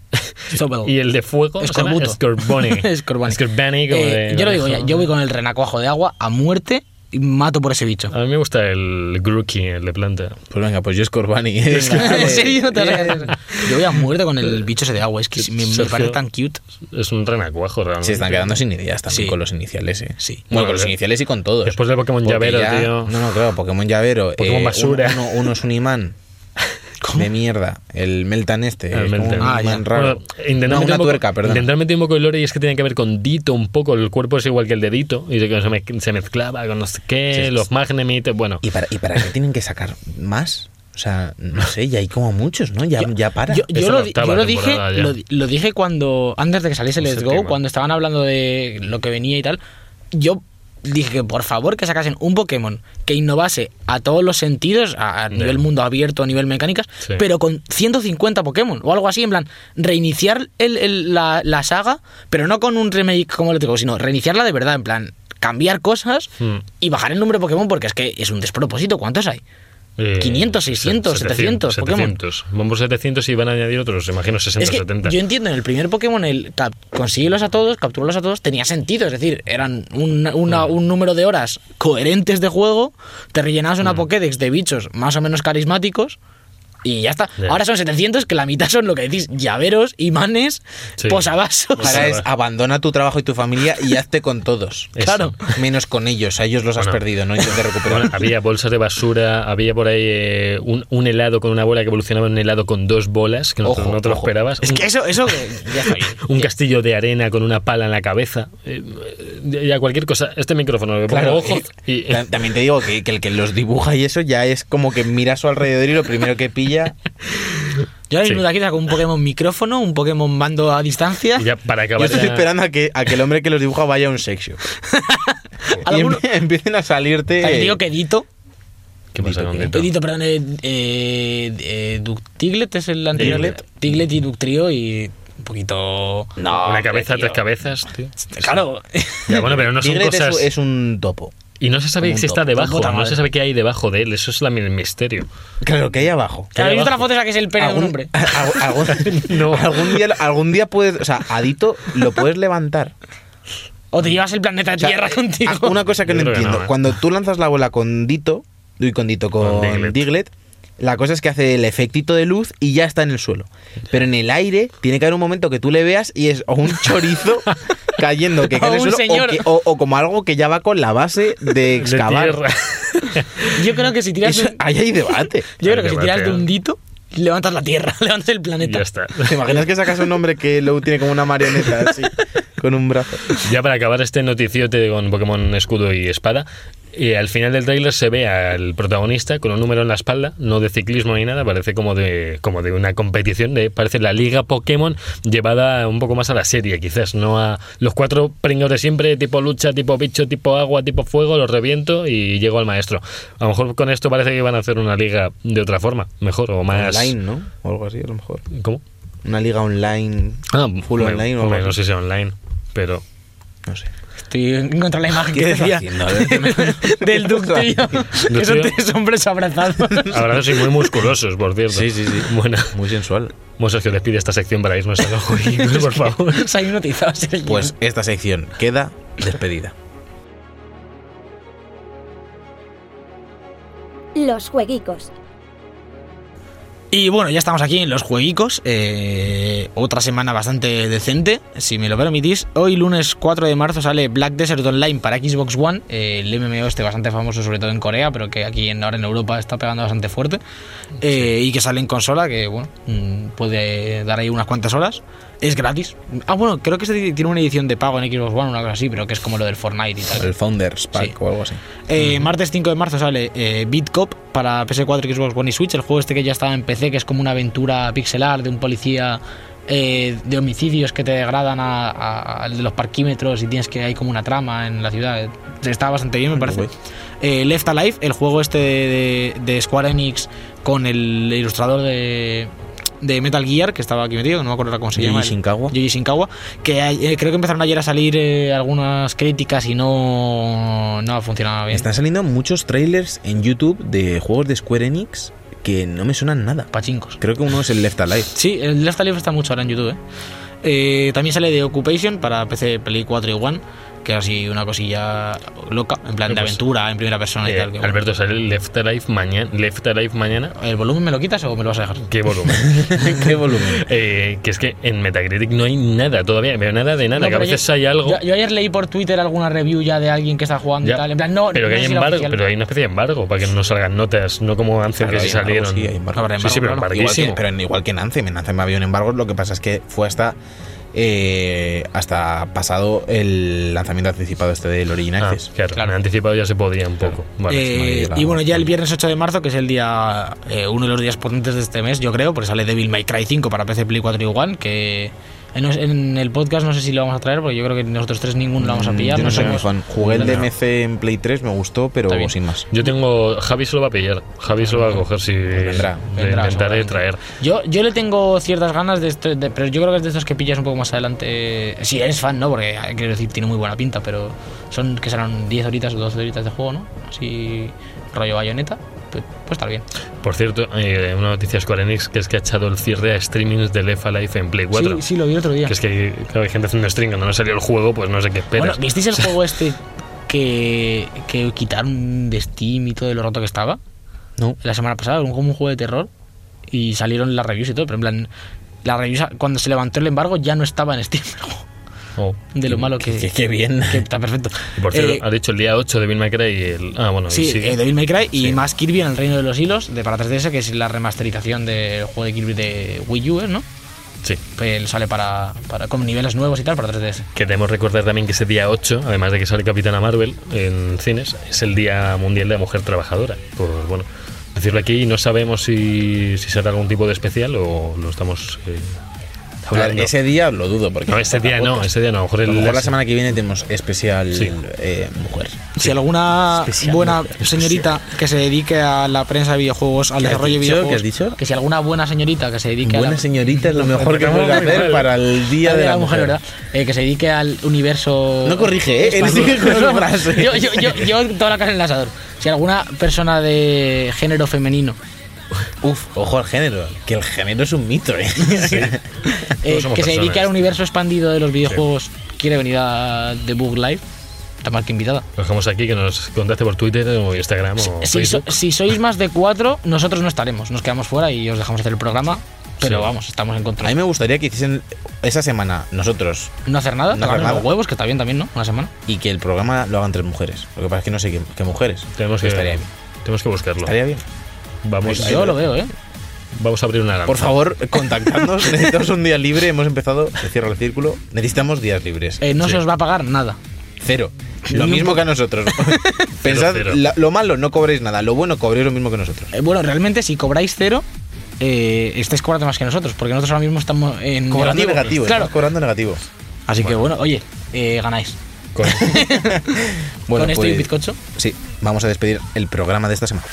C: Sobel.
A: Y el de fuego
C: Oh. Escorbuto.
A: se llama
C: *laughs*
A: Scorbunny.
C: Escorbunny.
A: Scorbunny, como
C: Eh,
A: de-
C: yo lo digo,
A: de-
C: ya, yo voy con el renacuajo de agua a muerte y mato por
A: *laughs*
C: ese bicho.
A: A mí me gusta el Grookey, el de planta.
B: Pues venga, pues yo es Corbani. Es que-
C: *laughs* ¿En serio?
A: *laughs*
C: ¿Te ríes? Yo voy a muerte con el bicho ese de agua. Es que me, me
A: Sergio.
C: parece tan cute.
A: Es un renacuajo realmente.
B: Se están quedando sin ideas también
C: Sí.
B: con los iniciales, ¿eh?
C: Sí.
B: Bueno,
A: Bueno,
B: con los
A: de-
B: iniciales y con todos.
A: después del Pokémon
B: Porque
A: llavero, tío.
B: No, no, claro, Pokémon llavero.
A: *laughs* Pokémon
B: uno-
A: basura.
B: Uno, uno es
A: *laughs*
B: un imán. De mierda. El Meltan este.
A: El
B: es como
A: Meltan.
B: Un
C: Ah, ya.
B: imán raro.
A: Bueno, intentar
B: no,
A: meter
B: una
A: un poco-
B: tuerca, perdón.
A: intentar meter un poco el lore y es que tiene que ver con Dito un poco. El cuerpo es igual que el de Dito y se, se mez- se mezclaba con no sé qué,
B: Sí,
A: los
B: sí.
A: Magnemites. Bueno,
B: ¿Y para, ¿Y para qué tienen que sacar más? O sea, no sé, ya hay como muchos, ¿no? Ya, ya para.
C: Yo, yo
A: Esa
C: lo,
A: la
C: di-
A: octava
C: yo lo dije,
A: temporada ya.
C: lo, di- lo dije cuando, antes de que saliese
A: No sé
C: Let's
A: qué
C: Go,
A: va.
C: cuando estaban hablando de lo que venía y tal, yo dije que por favor que sacasen un Pokémon que innovase a todos los sentidos, a, a nivel mundo abierto, a nivel mecánicas,
A: Sí.
C: pero con 150 Pokémon o algo así, en plan, reiniciar el- el- la, la saga, pero no con un remake como lo digo, sino reiniciarla de verdad, en plan, cambiar cosas
A: Hmm.
C: y bajar el número de Pokémon porque es que es un despropósito. ¿Cuántos hay?
A: eh,
C: 500, 600, 700 Pokémon.
A: 700. Vamos por 700 y van a añadir otros, imagino 60
C: Es que
A: 70.
C: yo entiendo, en el primer Pokémon, el cap- consíguelos a todos, capturarlos a todos, tenía sentido. Es decir, eran un, una- un número de horas coherentes de juego, te rellenabas
A: Mm.
C: una Pokédex de bichos más o menos carismáticos y ya está.
A: Ya.
C: Ahora son 700, que la mitad son lo que decís, llaveros, imanes,
A: Sí.
C: posavasos.
B: Ahora es abandona tu trabajo y tu familia y hazte con todos.
A: Eso.
C: Claro.
B: Menos con ellos, a ellos los has
A: Bueno.
B: perdido, no
A: *laughs*
B: intentes
A: Bueno,
B: recuperar.
A: había bolsas de basura, había por ahí eh, un, un helado con una bola que evolucionaba en un helado con dos bolas, que no, te-
B: Ojo,
A: no te lo
B: ojo. eh,
A: esperabas.
C: Es
A: Un-
C: que eso, eso *laughs* ya está bien.
A: un castillo de arena con una pala en la cabeza. Eh, eh, ya cualquier cosa. Este micrófono, le pongo
B: Claro,
A: ojos
B: eh,
A: y.
B: ta- también te digo que, que el que los dibuja y eso ya es como que mira a su alrededor y lo primero que
C: *laughs*
B: pilla.
C: Yo ahora
A: Sí.
C: mismo de aquí saco un Pokémon micrófono, un Pokémon mando a distancia.
A: y ya para
B: Yo
A: acabar.
B: estoy
A: ya-
B: esperando a que, a que el hombre que los dibuja vaya a un
C: *laughs*
B: sex shop. y
C: Alguno-
B: empie- empiecen a salirte.
C: También digo que Dito,
A: ¿Qué pasa con
B: Dito,
A: Dito?
C: Edito, perdón, eh, eh, eh, Duc- Tiglet es el anterior.
A: Tiglet.
C: Tiglet, y Ductrio y un poquito...
A: Una cabeza, tres cabezas, tío.
C: Claro. *laughs*
A: Ya, bueno, pero no son
B: Tigret es-
A: cosas.
B: es un topo.
A: Y no se sabe
B: un
A: si está
B: topo,
A: debajo,
C: puta
A: no
C: madre.
A: se sabe qué hay debajo de él. Eso es la, el misterio.
B: Claro, que hay abajo. Ah,
C: ¿Habéis visto la foto esa que es el pene de un hombre?
B: *laughs* algún- algún-
C: *laughs*
A: No.
B: algún día, algún día puedes, o sea, Adito lo puedes levantar.
C: ¿O te llevas el planeta
B: O sea,
C: Tierra
B: eh,
C: contigo?
B: ah, Una cosa que
A: Yo
B: no
A: creo que
B: entiendo,
A: no, eh.
B: cuando tú lanzas la bola con Dito, y con Dito con,
A: Con Diglett.
B: Diglett. la cosa es que hace el efectito de luz y ya está en el suelo. Pero en el aire tiene que haber un momento que tú le veas y es o un
A: *laughs*
B: chorizo cayendo que cae en el
C: O un
B: suelo o
C: señor.
B: que- o, o como algo que ya va con la base
A: *laughs*
B: de
A: De
B: excavar.
A: tierra.
C: *laughs*
A: *laughs*
C: Yo creo que si tiras, de
B: Eso-
C: un,
B: ahí hay debate.
C: yo creo que
A: Hay
C: si tiras
A: debate,
C: de un
A: ¿eh?
C: dito, levantas la Tierra, *laughs* levantas el planeta.
A: ya
B: *laughs*
A: está.
B: ¿Te imaginas que sacas un hombre que lo tiene como una marioneta así, con un brazo?
A: Ya para acabar este noticiote con Pokémon Escudo y Espada, eh, al final del tráiler se ve al protagonista con un número en la espalda, no de ciclismo ni nada, parece como de como de una competición, de, parece la liga Pokémon llevada un poco más a la serie, quizás, no a los cuatro pringos de siempre, tipo lucha, tipo bicho, tipo agua, tipo fuego, los reviento y llego al maestro. A lo mejor con esto parece que van a hacer una liga de otra forma, mejor o más...
B: Online, ¿no? O algo así, a lo mejor.
A: ¿Cómo?
B: Una liga online. full
A: bueno,
B: online o algo
A: bueno, Ah, no
B: así.
A: sé si online, pero...
B: No sé.
C: Estoy en contra de
B: *laughs*
C: la imagen que decía *laughs* del
B: ¿Qué
C: Ductrio. que son
A: Ductrio.
C: tres hombres
B: *laughs*
C: abrazados.
A: Ahora sí, muy musculosos, por cierto.
B: Sí, sí, sí.
A: Bueno,
B: *laughs* Muy sensual.
A: Mosas que despide esta sección para irnos a los jueguitos, por favor.
C: *laughs* Se ha hipnotizado. Sergio.
B: Pues esta sección queda despedida.
G: Los jueguicos.
C: Y bueno, ya estamos aquí en los jueguicos. eh, otra semana bastante decente, si me lo permitís. Hoy, lunes 4 de marzo, sale Black Desert Online para Xbox One. eh, el MMO este bastante famoso, sobre todo en Corea, pero que aquí en, ahora en Europa está pegando bastante fuerte. eh, Y que sale en consola, que bueno, mm, puede dar ahí unas cuantas horas. Es gratis. Ah, bueno, creo que este tiene una edición de pago en Xbox One, una cosa así, pero que es como lo del Fortnite y tal.
B: El Founders Pack
C: Sí.
B: o algo así.
C: Eh, Martes 5 de marzo sale eh, Beat Cop para PS4, Xbox One y Switch. El juego este que ya estaba en PC, que es como una aventura pixelar de un policía eh, de homicidios que te degradan a- a- al de los parquímetros y tienes que hay como una trama en la ciudad. Está bastante bien, me parece.
B: guay.
C: Eh, Left Alive, el juego este de, de- de Square Enix con el ilustrador de, de Metal Gear, que estaba aquí metido, no me acuerdo ahora cómo se
B: Yuji
C: llama. el-
B: Shinkawa.
C: Yuji Shinkawa, que hay- eh, creo que empezaron ayer a salir eh, algunas críticas y no, no ha funcionado bien.
B: Están saliendo muchos trailers en YouTube de juegos de Square Enix que no me suenan nada.
C: Pachincos.
B: Creo que uno es el Left Alive.
C: Sí, el Left Alive está mucho ahora en YouTube. ¿eh? Eh, también sale de Occupation para PC, Play 4 y One, que es así una cosilla loca, en plan de
A: Pues,
C: aventura, en primera persona y
A: Eh,
C: tal. que bueno.
A: Alberto, sale Left Alive mañana. Left Alive mañana.
C: ¿El volumen me lo quitas o me lo vas a dejar?
A: Qué volumen.
B: ¿Qué volumen?
A: Eh, que es que en Metacritic no hay nada todavía, pero nada de nada.
C: No,
A: que a
C: pero
A: veces
C: yo-
A: hay algo.
C: Yo, yo ayer leí por Twitter alguna review ya de alguien que está jugando
A: ya,
C: y tal. En plan, no,
A: pero
C: no
A: que hay
C: sé si la
A: embargo,
C: oficial.
A: pero hay una especie de embargo para que no salgan notas, no como antes
B: Claro,
A: que
B: hay
A: se
B: embargo,
A: salieron.
B: sí, hay embargo.
C: Habrá
A: sí, sí, pero
C: embargo, claro.
B: Igual que,
A: embarguísimo.
B: pero en- igual que en Anthem, en Anthem había un embargo, lo que pasa es que fue hasta eh, hasta pasado el lanzamiento anticipado este del Origin
A: Ah,
B: Access.
A: claro,
C: Claro.
A: me han anticipado ya se podía un poco. Vale,
C: Eh,
B: Madrid, la
C: y bueno, ya el
B: Madrid.
C: viernes 8 de marzo, que es el día eh, uno de los días potentes de este mes, yo creo, porque sale Devil May Cry 5 para PC, Play 4 y One, que en, en el podcast no sé si lo vamos a traer, porque yo creo que nosotros tres ninguno lo vamos a pillar.
B: Mm, Yo no
C: no
B: soy muy
C: somos-
B: fan. Jugué el
C: No, no.
B: DMC en Play 3, me gustó, pero
C: Está bien.
B: sin más.
A: Yo tengo. Javi se lo va a pillar. Javi se lo va a coger si.
B: vendrá,
A: le
C: vendrá,
A: intentaré
C: seguramente.
A: traer.
C: Yo, yo le tengo ciertas ganas de esto, de- pero yo creo que es de estos que pillas un poco más adelante. eh, Si eres fan, ¿no? Porque eh, quiero decir, tiene muy buena pinta, pero son que serán 10 horitas o 12 horitas de juego, ¿no? Así, rollo bayoneta, pues, pues está bien.
A: Por cierto, eh, una noticia de Square Enix que es que ha echado el cierre a streamings de Left Alive en Play 4.
C: Sí, sí, lo vi el otro día.
A: Que es que claro, hay gente haciendo stream cuando no salió el juego, pues no sé qué esperas.
C: Bueno, ¿visteis el juego este que, que quitaron de Steam y todo de lo roto que estaba?
B: No.
C: La semana pasada, un, como un juego de terror. Y salieron las reviews y todo, pero en plan, la reviews, cuando se levantó el embargo ya no estaba en Steam. *laughs*
A: Oh.
C: De lo malo
B: Qué,
C: que,
B: qué bien.
C: que está perfecto.
A: Y por
C: Eh,
A: cierto, ha dicho el día 8 de Bill McRae y el. Ah, bueno, y
C: Sí,
A: sigue.
C: eh, Devil May Cry y
B: Sí.
C: más Kirby en el Reino de los Hilos de para 3DS, que es la remasterización del juego de Kirby de Wii U, ¿eh? ¿no?
A: Sí.
C: Pues sale para, para con niveles nuevos y tal para 3DS.
A: Queremos recordar también que ese día 8, además de que sale Capitana Marvel en cines, es el Día Mundial de la Mujer Trabajadora. Pues bueno, decirlo aquí, no sabemos si, si será algún tipo de especial o lo estamos eh,
B: A ver,
A: hablando.
B: ese día lo dudo, porque.
A: no, ese día no, ese día no. A lo mejor,
B: A
A: el-
B: lo mejor la semana que viene tenemos especial
A: Sí.
B: eh, mujer.
C: Si alguna
B: Especial,
C: buena
B: especial.
C: señorita que se dedique a la prensa de videojuegos, al
B: ¿Qué has
C: desarrollo de
B: dicho?
C: videojuegos,
B: ¿Qué has dicho?
C: que si alguna buena señorita que se dedique a la,
B: Buena señorita es lo mejor que
A: Estamos
B: puede
A: muy mal.
B: hacer para el
C: a
B: día
C: la
B: de la,
C: mujer, ¿verdad? Eh, que se dedique al universo.
B: No corrige, ¿eh? *laughs* Él
C: español.
B: sigue con su frase.
C: yo, yo, yo, yo toda la cara en el asador. Si alguna persona de
B: *laughs*
C: género femenino eh,
B: Uf, ojo al género, que el género es un mito, ¿eh? *laughs*
C: Eh, que
A: somos
C: se
A: personas.
C: dedique al universo expandido de los videojuegos quiere venir a The Book Live, está más que invitada.
A: lo dejamos aquí, que nos contacte por Twitter o Instagram
B: Oh,
A: o
C: Si, so-
A: Facebook.
C: si sois más de cuatro, nosotros no estaremos, nos quedamos fuera y os dejamos hacer el programa, pero
A: Sí.
C: vamos, estamos en
B: A
C: contra.
B: mí me gustaría que hiciesen esa semana nosotros
C: No hacer nada,
B: No
C: tocarnos
B: hacer nada.
C: los huevos, que está bien también, ¿no? Una semana.
B: y que el programa lo hagan tres mujeres. Lo que pasa es que no sé qué, qué mujeres.
A: Tenemos que,
B: Estaría bien.
A: tenemos que buscarlo.
B: Estaría bien.
A: Vamos,
B: Pues
C: Yo lo veo, ¿eh?
A: vamos a abrir una
B: Por
A: lanza.
B: favor, contactadnos. *laughs* Necesitamos un día libre. Hemos empezado. Se cierra el círculo. Necesitamos días libres.
C: Eh, no
A: Sí.
C: se os va a pagar nada.
B: Cero. Lo mismo que a nosotros. Pensad,
A: cero.
B: la- lo malo, no cobréis nada. Lo bueno, cobréis lo mismo que nosotros.
C: Eh, bueno, realmente si cobráis cero, eh, estáis cobrando más que nosotros, porque nosotros ahora mismo estamos en
B: Cobrando negativo.
C: Claro.
B: estamos cobrando negativo.
C: Así que bueno, oye, eh, ganáis.
B: Con, *laughs* Bueno,
C: Con este esto y un
B: pues-
C: bizcocho.
B: Sí, vamos a despedir el programa de esta semana.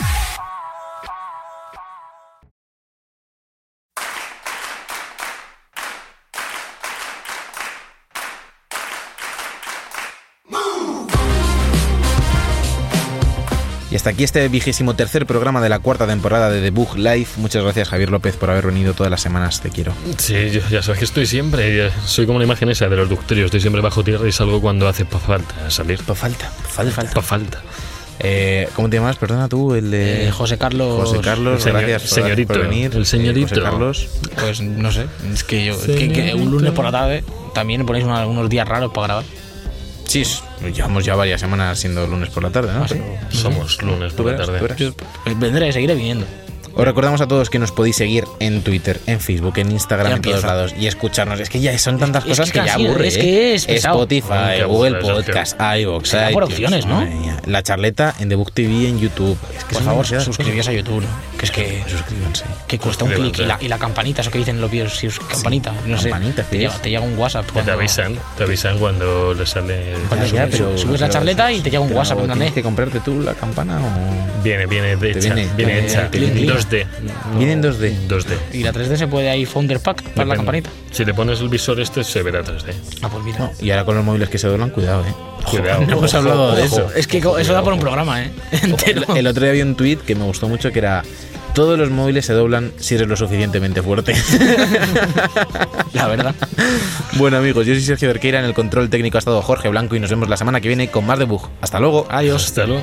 B: Y hasta aquí este vigésimo tercer programa de la cuarta temporada de The Bug Life. Muchas gracias Javier López por haber venido todas las semanas, te quiero.
A: Sí, yo- ya sabes que estoy siempre. ya- Soy como la imagen esa de los ducterios. Estoy siempre bajo tierra y salgo cuando hace pa falta salir. Pa
B: falta, falta.
A: pa falta.
B: Eh, ¿Cómo te llamas? Perdona tú, el de...
C: Eh, José Carlos.
B: José Carlos,
A: señor-
B: gracias por-
A: señorito,
B: por venir. Eh,
A: el señorito.
B: José Carlos.
C: Pues no sé, es que yo. es que, que un lunes por la tarde también ponéis una- unos días raros para grabar.
B: Sí, es- llevamos ya varias
A: ¿Ah,
B: semanas siendo lunes por la tarde, ¿no?
C: sí.
B: Pero-
A: Somos lunes
B: Tú
A: por la
B: verás, tú
A: tarde.
B: verás.
C: Pues vendré, seguiré viniendo.
B: Os recordamos a todos que nos podéis seguir en Twitter, en Facebook, en Instagram,
C: Ya
B: en todos
C: empieza.
B: lados y escucharnos. Es que ya son tantas
C: Es que
B: cosas que, ya
C: casi-
B: aburre.
C: es
B: ¿eh?
C: que es pesado.
B: Spotify,
A: Ay, qué
B: Google
A: aburre, es
B: Podcast, iVoox,
C: Será por
B: iTunes,
C: opciones, ¿no?
B: madre mía. La charleta en Debug TV en YouTube. Es que
C: Por
B: son
C: favor,
B: demasiadas
C: suscribíos a YouTube, ¿no? que es que,
B: Suscríbanse.
C: que cuesta un clic y la, y la campanita, eso que dicen los vídeos, si es campanita, no sé,
B: campanita,
C: te
B: sí.
C: llega, te llega un WhatsApp.
A: O te
C: cuando-
A: avisan, te avisan cuando le sale.
C: Cuando
B: Ya, ya,
C: subes-
B: pero-
C: subes la
B: pero-
C: charleta y te llega un
B: pero
C: WhatsApp, en plan
B: ¿Tienes
C: de,
B: que comprarte tú la campana o.?
A: Viene, viene de
B: Te
A: hecha.
B: viene-
A: Viene,
B: te-
A: hecha.
C: te viene-
A: 2D.
B: Viene en 2D.
A: 2D.
C: Y la 3D se puede ahí founder pack para la
A: Depende.
C: campanita.
A: Si le pones el visor este, se verá 3D.
C: Ah, pues mira.
B: No, y ahora con los móviles que se doblan, cuidado, eh.
A: Cuidado.
B: no hemos
A: Ojo,
B: hablado de
A: ojo.
B: eso.
C: Es que co- eso da por un programa, ¿eh? *laughs* Entero.
B: El, el otro día vi un tweet que me gustó mucho que era todos los móviles se doblan si eres lo suficientemente fuerte.
C: *laughs* La verdad.
B: bueno amigos, yo soy Sergio Berqueira, en el control técnico ha estado Jorge Blanco y nos vemos la semana que viene con más debug. Hasta luego. Adiós.
A: Hasta luego.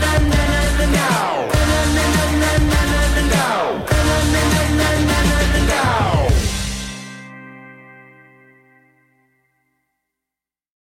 G: na